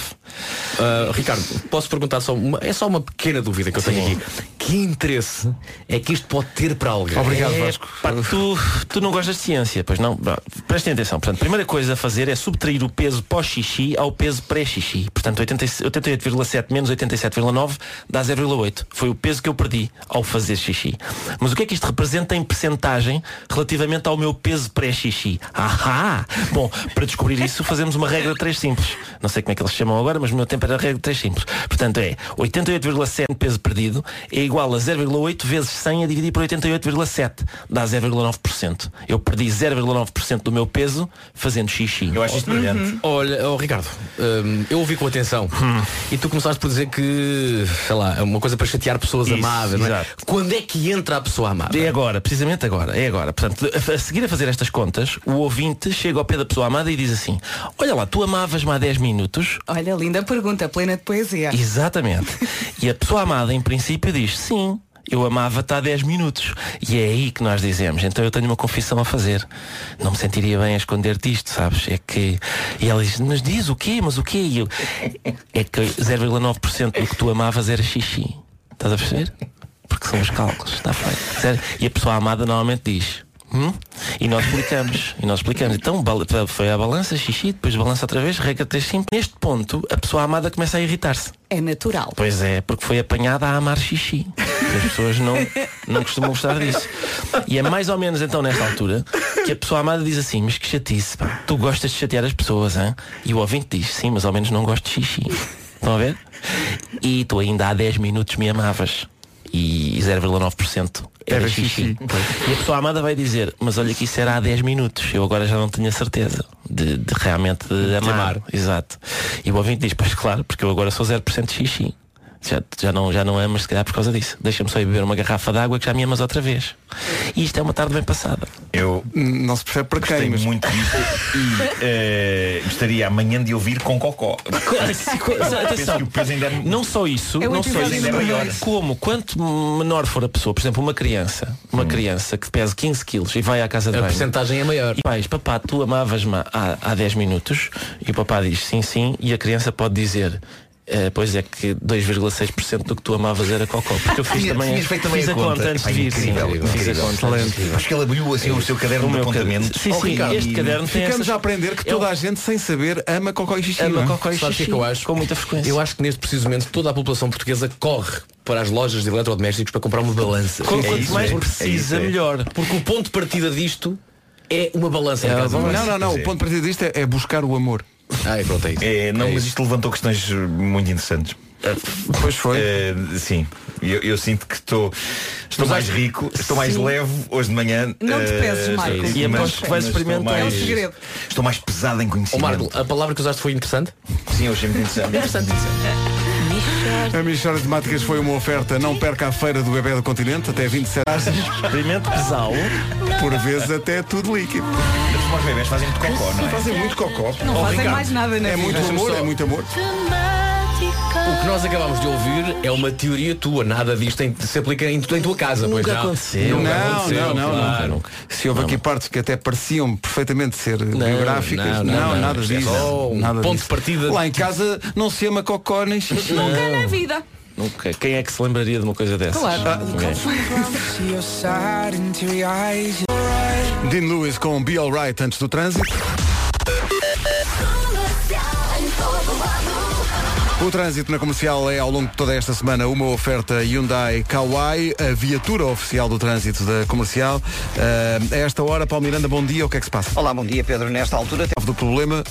Speaker 4: Ah, Ricardo, posso perguntar só uma, é só uma pequena dúvida que eu tenho
Speaker 5: Sim.
Speaker 4: aqui. Que interesse é que isto pode ter para alguém?
Speaker 1: Obrigado,
Speaker 5: É,
Speaker 1: Vasco.
Speaker 5: pá, tu, tu não gostas de ciência, pois não? Bom, Prestem atenção. Portanto, a primeira coisa a fazer é subtrair o peso pós-xixi ao peso pré-xixi. Portanto, 80 88,7 menos 87,9 dá 0,8. Foi o peso que eu perdi ao fazer xixi. Mas o que é que isto representa em percentagem relativamente ao meu peso pré-xixi? Ahá! Bom, para descobrir isso fazemos uma regra de 3 simples. Não sei como é que eles chamam agora, mas no meu tempo era a regra de 3 simples. Portanto, é 88,7 peso perdido é igual a 0,8 vezes 100 a dividir por 88,7. Dá 0,9%. Eu perdi 0,9% do meu peso fazendo xixi.
Speaker 11: Eu acho isto brilhante.
Speaker 4: Olha, oh, Ricardo, hum, eu ouvi com atenção
Speaker 5: Hum.
Speaker 4: e tu começaste por dizer que, sei lá, é uma coisa para chatear pessoas
Speaker 5: Isso,
Speaker 4: amadas, não é?
Speaker 5: exato.
Speaker 4: Quando é que entra a pessoa amada?
Speaker 5: É agora, precisamente agora, é agora. Portanto, a a seguir a fazer estas contas, o ouvinte chega ao pé da pessoa amada e diz assim: Olha lá, tu amavas-me há 10 minutos,
Speaker 2: Olha, linda pergunta, plena de poesia.
Speaker 5: Exatamente. E a pessoa amada, em princípio, diz sim. eu amava-te há 10 minutos. E é aí que nós dizemos, então eu tenho uma confissão a fazer. Não me sentiria bem a esconder-te isto, sabes? É que. E ela diz, mas diz o quê? Mas o quê? E eu, é que 0,9% do que tu amavas era xixi. Estás a perceber? Porque são os cálculos, está feito. Zero- E a pessoa amada normalmente diz. "Hum?" E nós explicamos, e nós explicamos. Então bal- foi à balança, xixi, depois balança outra vez, regra 3, 5. Neste ponto, a pessoa amada começa a irritar-se.
Speaker 2: É natural.
Speaker 5: Pois é, porque foi apanhada a amar xixi. As pessoas não, não costumam gostar disso. E é mais ou menos então nesta altura que a pessoa amada diz assim, mas que chatice, pá, tu gostas de chatear as pessoas, hein? E o ouvinte diz, sim, mas ao menos não gosto de xixi. Estão a ver? E tu ainda há 10 minutos me amavas. E 0,9% era,
Speaker 12: Era
Speaker 5: é xixi.
Speaker 12: xixi.
Speaker 5: E a pessoa amada vai dizer, mas olha que isso era há 10 minutos, eu agora já não tenho a certeza de, de realmente de amar.
Speaker 4: amar.
Speaker 5: Exato. E o ouvinte diz, pois claro, porque eu agora sou 0% de xixi. Já, já, não, já não amas se calhar por causa disso. Deixa-me só ir beber uma garrafa de água que já me amas outra vez. E isto é uma tarde bem passada.
Speaker 11: Eu
Speaker 1: não se percebe para
Speaker 11: gostei muito disto e eh, gostaria amanhã de ouvir com Cocó. Penso
Speaker 5: Atenção.
Speaker 11: que o peso ainda é-
Speaker 5: Não só isso,
Speaker 11: É um
Speaker 5: não só
Speaker 11: episódio
Speaker 5: isso,
Speaker 11: ainda maior.
Speaker 5: como quanto menor for a pessoa, por exemplo, uma criança, uma
Speaker 11: Hum.
Speaker 5: criança que pesa 15 quilos e vai à casa de
Speaker 4: A
Speaker 5: banho.
Speaker 4: percentagem é maior.
Speaker 5: E pais, papá, tu amavas-me há, há 10 minutos e o papá diz sim, sim, e a criança pode dizer. "Eh, pois é que 2,6% do que tu amavas era cocó Porque eu fiz
Speaker 11: Tinha-
Speaker 5: também,
Speaker 11: tinhas feito também
Speaker 5: fiz
Speaker 11: a conta.
Speaker 5: antes
Speaker 11: Epá,
Speaker 5: de vir sim.
Speaker 11: incrível,
Speaker 5: Fiz a
Speaker 11: incrível.
Speaker 5: conta antes É de vir.
Speaker 11: Acho que ele abriu assim o seu caderno
Speaker 5: O
Speaker 11: de
Speaker 5: meu
Speaker 11: apontamentos.
Speaker 5: Sim,
Speaker 11: Oh,
Speaker 5: sim,
Speaker 11: Ricardo,
Speaker 5: este
Speaker 11: e-
Speaker 5: caderno tem
Speaker 1: Ficamos
Speaker 5: essas-
Speaker 1: a aprender que
Speaker 5: É
Speaker 1: toda
Speaker 5: um-
Speaker 1: a gente, sem saber, ama cocó e xixi.
Speaker 5: Ama
Speaker 1: não é?
Speaker 5: cocó e
Speaker 4: Sabe o que é que eu acho?
Speaker 5: Com muita frequência.
Speaker 4: Eu acho que neste preciso momento toda a população portuguesa corre para as lojas de eletrodomésticos para comprar uma balança.
Speaker 5: Quanto
Speaker 4: É
Speaker 5: quanto
Speaker 4: isso,
Speaker 5: mais
Speaker 4: é. É isso,
Speaker 5: precisa,
Speaker 4: é.
Speaker 5: melhor.
Speaker 4: Porque o ponto de partida disto é uma balança.
Speaker 1: Ah,
Speaker 4: naquela
Speaker 1: bom,
Speaker 4: balança.
Speaker 1: não, não, não. O ponto de partida disto é, é buscar o amor.
Speaker 4: Ah, é pronto, é isso.
Speaker 11: É, não,
Speaker 4: É
Speaker 11: mas
Speaker 4: isso.
Speaker 11: isto levantou questões eh, muito interessantes.
Speaker 5: Ah,
Speaker 11: Eh,
Speaker 1: Pois foi.
Speaker 11: sim, eu, eu sinto que estou, estou
Speaker 4: Mas
Speaker 11: mais
Speaker 4: acho-
Speaker 11: rico, estou mais
Speaker 4: sim.
Speaker 11: leve hoje de manhã.
Speaker 4: Não te
Speaker 11: eh,
Speaker 4: penses, Marco.
Speaker 11: mas-
Speaker 4: E aposto que vais
Speaker 11: mas estou
Speaker 4: experimentar.
Speaker 11: mais-
Speaker 4: É um segredo.
Speaker 11: Estou mais pesado em
Speaker 4: Ó,
Speaker 11: conhecimento.
Speaker 4: Marco, a palavra que usaste foi interessante?
Speaker 11: Sim, eu achei muito interessante.
Speaker 4: é Interessante.
Speaker 1: A Michórdia de Temáticas foi uma oferta Não perca a feira do bebê do continente Até 27
Speaker 5: Experimento pesado
Speaker 1: Por vezes até tudo líquido
Speaker 11: Os bebés fazem muito cocó, não é?
Speaker 1: Fazem muito cocó
Speaker 2: Não
Speaker 1: Oh,
Speaker 2: fazem
Speaker 1: Ricardo,
Speaker 2: mais nada na
Speaker 1: É
Speaker 2: vida.
Speaker 1: muito amor, é muito amor
Speaker 4: O que
Speaker 10: Temática.
Speaker 4: nós acabamos de ouvir é uma teoria tua, nada disto em- se aplica em, em tua casa, pois
Speaker 5: Nunca
Speaker 4: não?
Speaker 5: aconteceu.
Speaker 4: Nunca
Speaker 1: Não,
Speaker 4: aconteceu,
Speaker 1: não, não,
Speaker 4: claro.
Speaker 1: não. Se houve aqui partes que até pareciam perfeitamente ser biográficas, não,
Speaker 4: não, não, não.
Speaker 1: nada
Speaker 4: Isto é
Speaker 1: disso.
Speaker 4: só um
Speaker 1: nada
Speaker 4: ponto
Speaker 1: disso.
Speaker 4: de partida.
Speaker 1: Lá em casa não se ama cocó nem xixi.
Speaker 2: Nunca na vida.
Speaker 5: Nunca. Quem é que se lembraria de uma coisa dessas?
Speaker 2: Claro.
Speaker 4: é?
Speaker 5: Ninguém.
Speaker 1: Dean Lewis com Be Alright antes do trânsito. O trânsito na comercial é ao longo de toda esta semana uma oferta Hyundai Kauai, a viatura oficial do trânsito da comercial. Ah, a esta hora, Paulo Miranda, bom dia, o que é que se passa?
Speaker 3: Olá, bom dia, Pedro. Nesta altura.
Speaker 1: do problema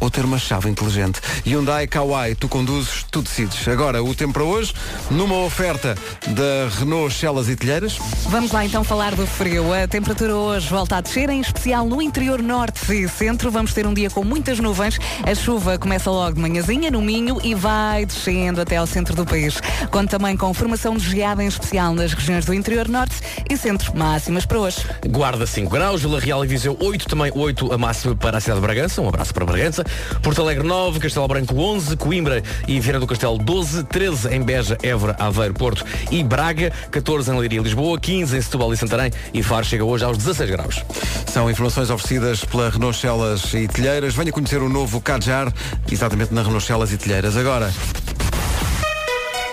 Speaker 1: ou ter uma chave inteligente. Hyundai Kauai, tu conduzes, tu decides. Agora, o tempo para hoje, numa oferta da Renault Celas e Telheiras.
Speaker 2: Vamos lá então falar do frio. A temperatura hoje volta a descer, em especial no interior norte e centro. Vamos ter um dia com muitas nuvens. A chuva começa logo de manhãzinha no Minho e vai descendo até ao centro do país. Conto também com formação de geada, em especial nas regiões do interior norte e centro. Máximas para hoje.
Speaker 4: Guarda 5 graus, Vila Real e Viseu 8, também 8 a máxima para a cidade de Bragança, um abraço para Bragança, Porto Alegre 9, Castelo Branco 11, Coimbra e Vieira do Castelo 12, 13 em Beja, Évora, Aveiro, Porto e Braga, 14 em Leiria e Lisboa, 15 em Setúbal e Santarém e Faro chega hoje aos 16 graus.
Speaker 1: São informações oferecidas pela Renault Celas e Telheiras. Venha conhecer o novo Kadjar, exatamente na Renault Celas e Telheiras. Agora,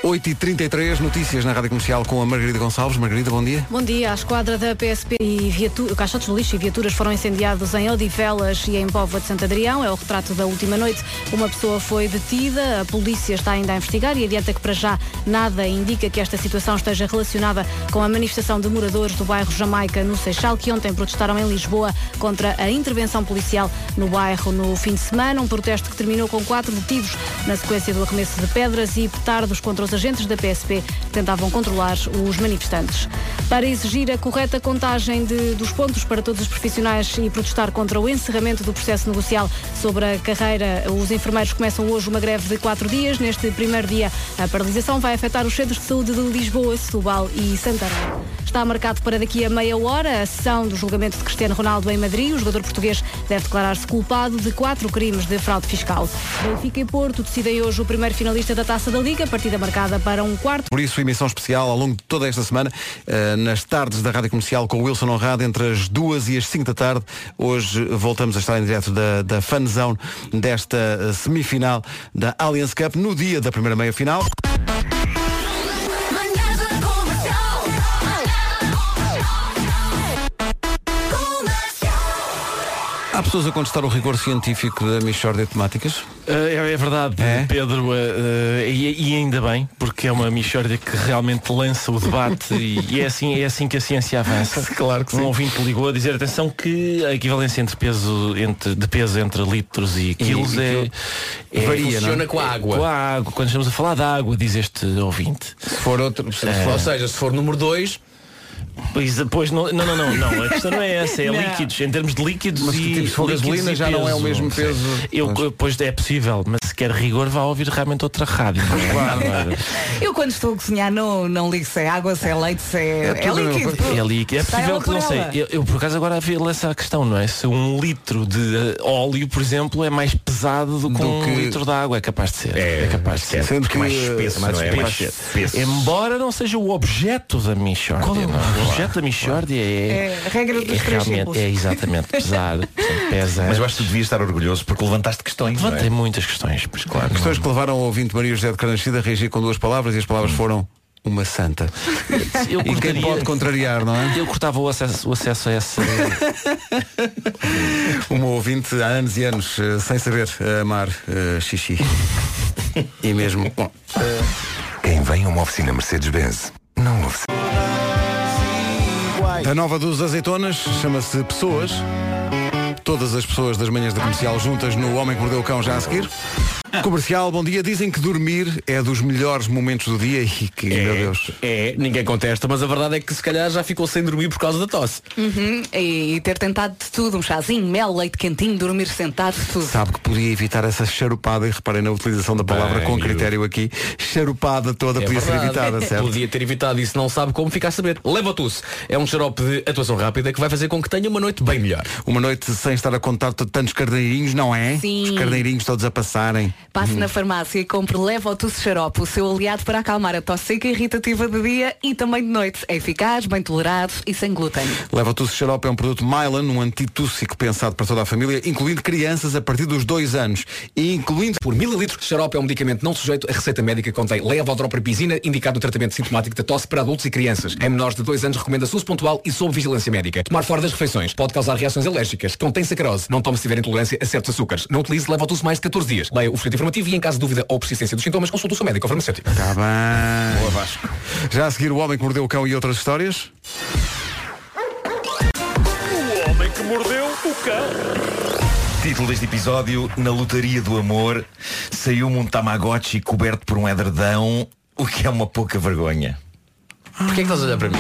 Speaker 1: 8h33, notícias na Rádio Comercial com a Margarida Gonçalves. Margarida, bom dia.
Speaker 9: Bom dia. A esquadra da PSP e viatu- caixotes de lixo e viaturas foram incendiados em Odivelas e em Póvoa de Santo Adrião. É o retrato da última noite. Uma pessoa foi detida. A polícia está ainda a investigar e adianta que para já nada indica que esta situação esteja relacionada com a manifestação de moradores do bairro Jamaica no Seixal que ontem protestaram em Lisboa contra a intervenção policial no bairro no fim de semana. Um protesto que terminou com quatro detidos na sequência do arremesso de pedras e petardos contra os agentes da PSP que tentavam controlar os manifestantes. Para exigir a correta contagem de- dos pontos para todos os profissionais e protestar contra o encerramento do processo negocial sobre a carreira, os enfermeiros começam hoje uma greve de quatro dias. Neste primeiro dia, a paralisação vai afetar os centros de saúde de Lisboa, Setúbal e Santarém. está marcado para daqui a meia hora a sessão do julgamento de Cristiano Ronaldo em Madrid. O jogador português deve declarar-se culpado de quatro crimes de fraude fiscal. Benfica e Porto decidem hoje o primeiro finalista da Taça da Liga, partida marcada para um quarto.
Speaker 1: Por isso, emissão especial ao longo de toda esta semana, eh, nas tardes da Rádio Comercial com o Wilson Honrado, entre as duas e as 5 da tarde. Hoje eh, voltamos a estar em direto da, da fanzão desta eh, semifinal da Allianz Cup, no dia da primeira meia-final. Há pessoas a contestar o rigor científico da Michórdia de Temáticas?
Speaker 5: É, é verdade, Pedro, eh, eh, e, e ainda bem, porque é uma mixórdia que realmente lança o debate e, e é, assim, é assim que a ciência avança.
Speaker 1: Claro que sim.
Speaker 5: Um ouvinte ligou a dizer, atenção, que a equivalência entre peso, entre, de peso entre litros e quilos
Speaker 4: e
Speaker 5: é,
Speaker 4: quilo. Varia, Funciona não é? com a água.
Speaker 5: Com a água, quando estamos a falar da água, diz este ouvinte.
Speaker 4: Se for outro, se
Speaker 5: É.
Speaker 4: for- ou seja, se for número 2,
Speaker 5: Pois, pois não, não, não, não, não, a questão não é essa, é
Speaker 4: Não.
Speaker 5: líquidos, em termos de líquidos
Speaker 1: Mas que
Speaker 5: e
Speaker 1: tipo, se for
Speaker 5: líquidos
Speaker 1: gasolina,
Speaker 5: e
Speaker 1: já não é o
Speaker 5: peso.
Speaker 1: mesmo
Speaker 5: Sim.
Speaker 1: peso.
Speaker 5: Eu, pois é possível, mas se quer rigor vá ouvir realmente outra rádio. não é? Não é?
Speaker 2: Eu quando estou a cozinhar não, não ligo se é água, se é leite, se é, é, líquido.
Speaker 5: É líquido. É
Speaker 2: Sai
Speaker 5: possível
Speaker 2: ela
Speaker 5: que
Speaker 2: por
Speaker 5: não sei.
Speaker 2: ela.
Speaker 5: Eu, eu, por acaso agora havia essa a questão, não é? Se um litro de eh, óleo, por exemplo, é mais pesado do que
Speaker 1: Do
Speaker 5: um
Speaker 1: que-
Speaker 5: litro de água, é capaz de ser. É, capaz de ser.
Speaker 1: Sendo que
Speaker 11: mais espesso,
Speaker 5: mais
Speaker 11: não é? Mais
Speaker 5: espesso.
Speaker 11: espesso.
Speaker 5: Embora não seja o objeto da Michordia.
Speaker 4: Qual é o-
Speaker 5: não O objeto da Michordia é,
Speaker 2: É a regra dos
Speaker 5: é
Speaker 2: três
Speaker 5: realmente
Speaker 2: círculos.
Speaker 5: é exatamente pesado. Portanto, pesa.
Speaker 11: Mas eu acho que tu devias estar orgulhoso porque levantaste questões. não é?
Speaker 5: Levantei muitas questões, pois claro. não-
Speaker 1: Questões que levaram ao ouvinte Maria José de Carnascida a reagir com duas palavras e as palavras foram uma santa.
Speaker 5: Eu
Speaker 1: E quem
Speaker 5: cortaria-
Speaker 1: pode contrariar, não é?
Speaker 5: Eu cortava o acesso, o acesso a essa.
Speaker 1: Uma ouvinte há anos e anos, eh, sem saber eh, amar eh, xixi. e mesmo. Bom,
Speaker 5: Eh,
Speaker 7: Quem vem a uma oficina Mercedes-Benz, não ouve
Speaker 1: a nova dos azeitonas chama-se Pessoas. Todas as pessoas das manhãs da comercial juntas no Homem que Mordeu o Cão já a seguir. Comercial, bom dia. Dizem que dormir é dos melhores momentos do dia e que, meu Deus.
Speaker 4: é, ninguém contesta, mas a verdade é que se calhar já ficou sem dormir por causa da tosse.
Speaker 2: Uhum, E, e ter tentado de tudo, um chazinho, mel, leite quentinho, dormir sentado, tudo.
Speaker 1: Sabe que podia evitar essa charupada, e reparem na utilização da palavra
Speaker 11: Bem,
Speaker 1: com
Speaker 11: eu-
Speaker 1: critério aqui, charupada toda
Speaker 4: É
Speaker 1: podia ser
Speaker 4: verdade.
Speaker 1: evitada, certo?
Speaker 4: Podia ter evitado e se não sabe como ficar a saber. Leva-tusse. É um xarope de atuação rápida que vai fazer com que tenha uma noite bem melhor.
Speaker 1: Uma noite sem estar a contar t- tantos carneirinhos, não é?
Speaker 2: Sim.
Speaker 1: Os carneirinhos todos a passarem.
Speaker 11: Uhum.
Speaker 2: Passe na farmácia e compre Levotus Xarope, o seu aliado para acalmar a tosse seca e irritativa de dia e também de noite. É eficaz, bem tolerado e sem glúten.
Speaker 1: Leva Tusse Xarope é um produto Mylan, um antitússico pensado para toda a família, incluindo crianças a partir dos dois anos. E incluindo.
Speaker 4: Por mililitros, xarope é um medicamento não sujeito a receita médica que contém levodoropropizina, indicado no tratamento sintomático da tosse para adultos e crianças. Em menores de 2 anos, recomenda-se uso pontual e sob vigilância médica. Tomar fora das refeições pode causar reações alérgicas. Contém sacarose. Não tome se tiver intolerância a certos açúcares. Não utilize levotusse mais de 14 dias. Leia o folheto informativo e, em caso de dúvida ou persistência dos sintomas, consulte o seu médico ou farmacêutico.
Speaker 1: Tá bem. Boa Vasco. Já a seguir o Homem que Mordeu o Cão e outras histórias.
Speaker 11: Título deste episódio, na lotaria do amor, saiu-me um Tamagotchi coberto por um edredão, o que é uma pouca vergonha.
Speaker 4: Porquê é que estás a olhar para mim?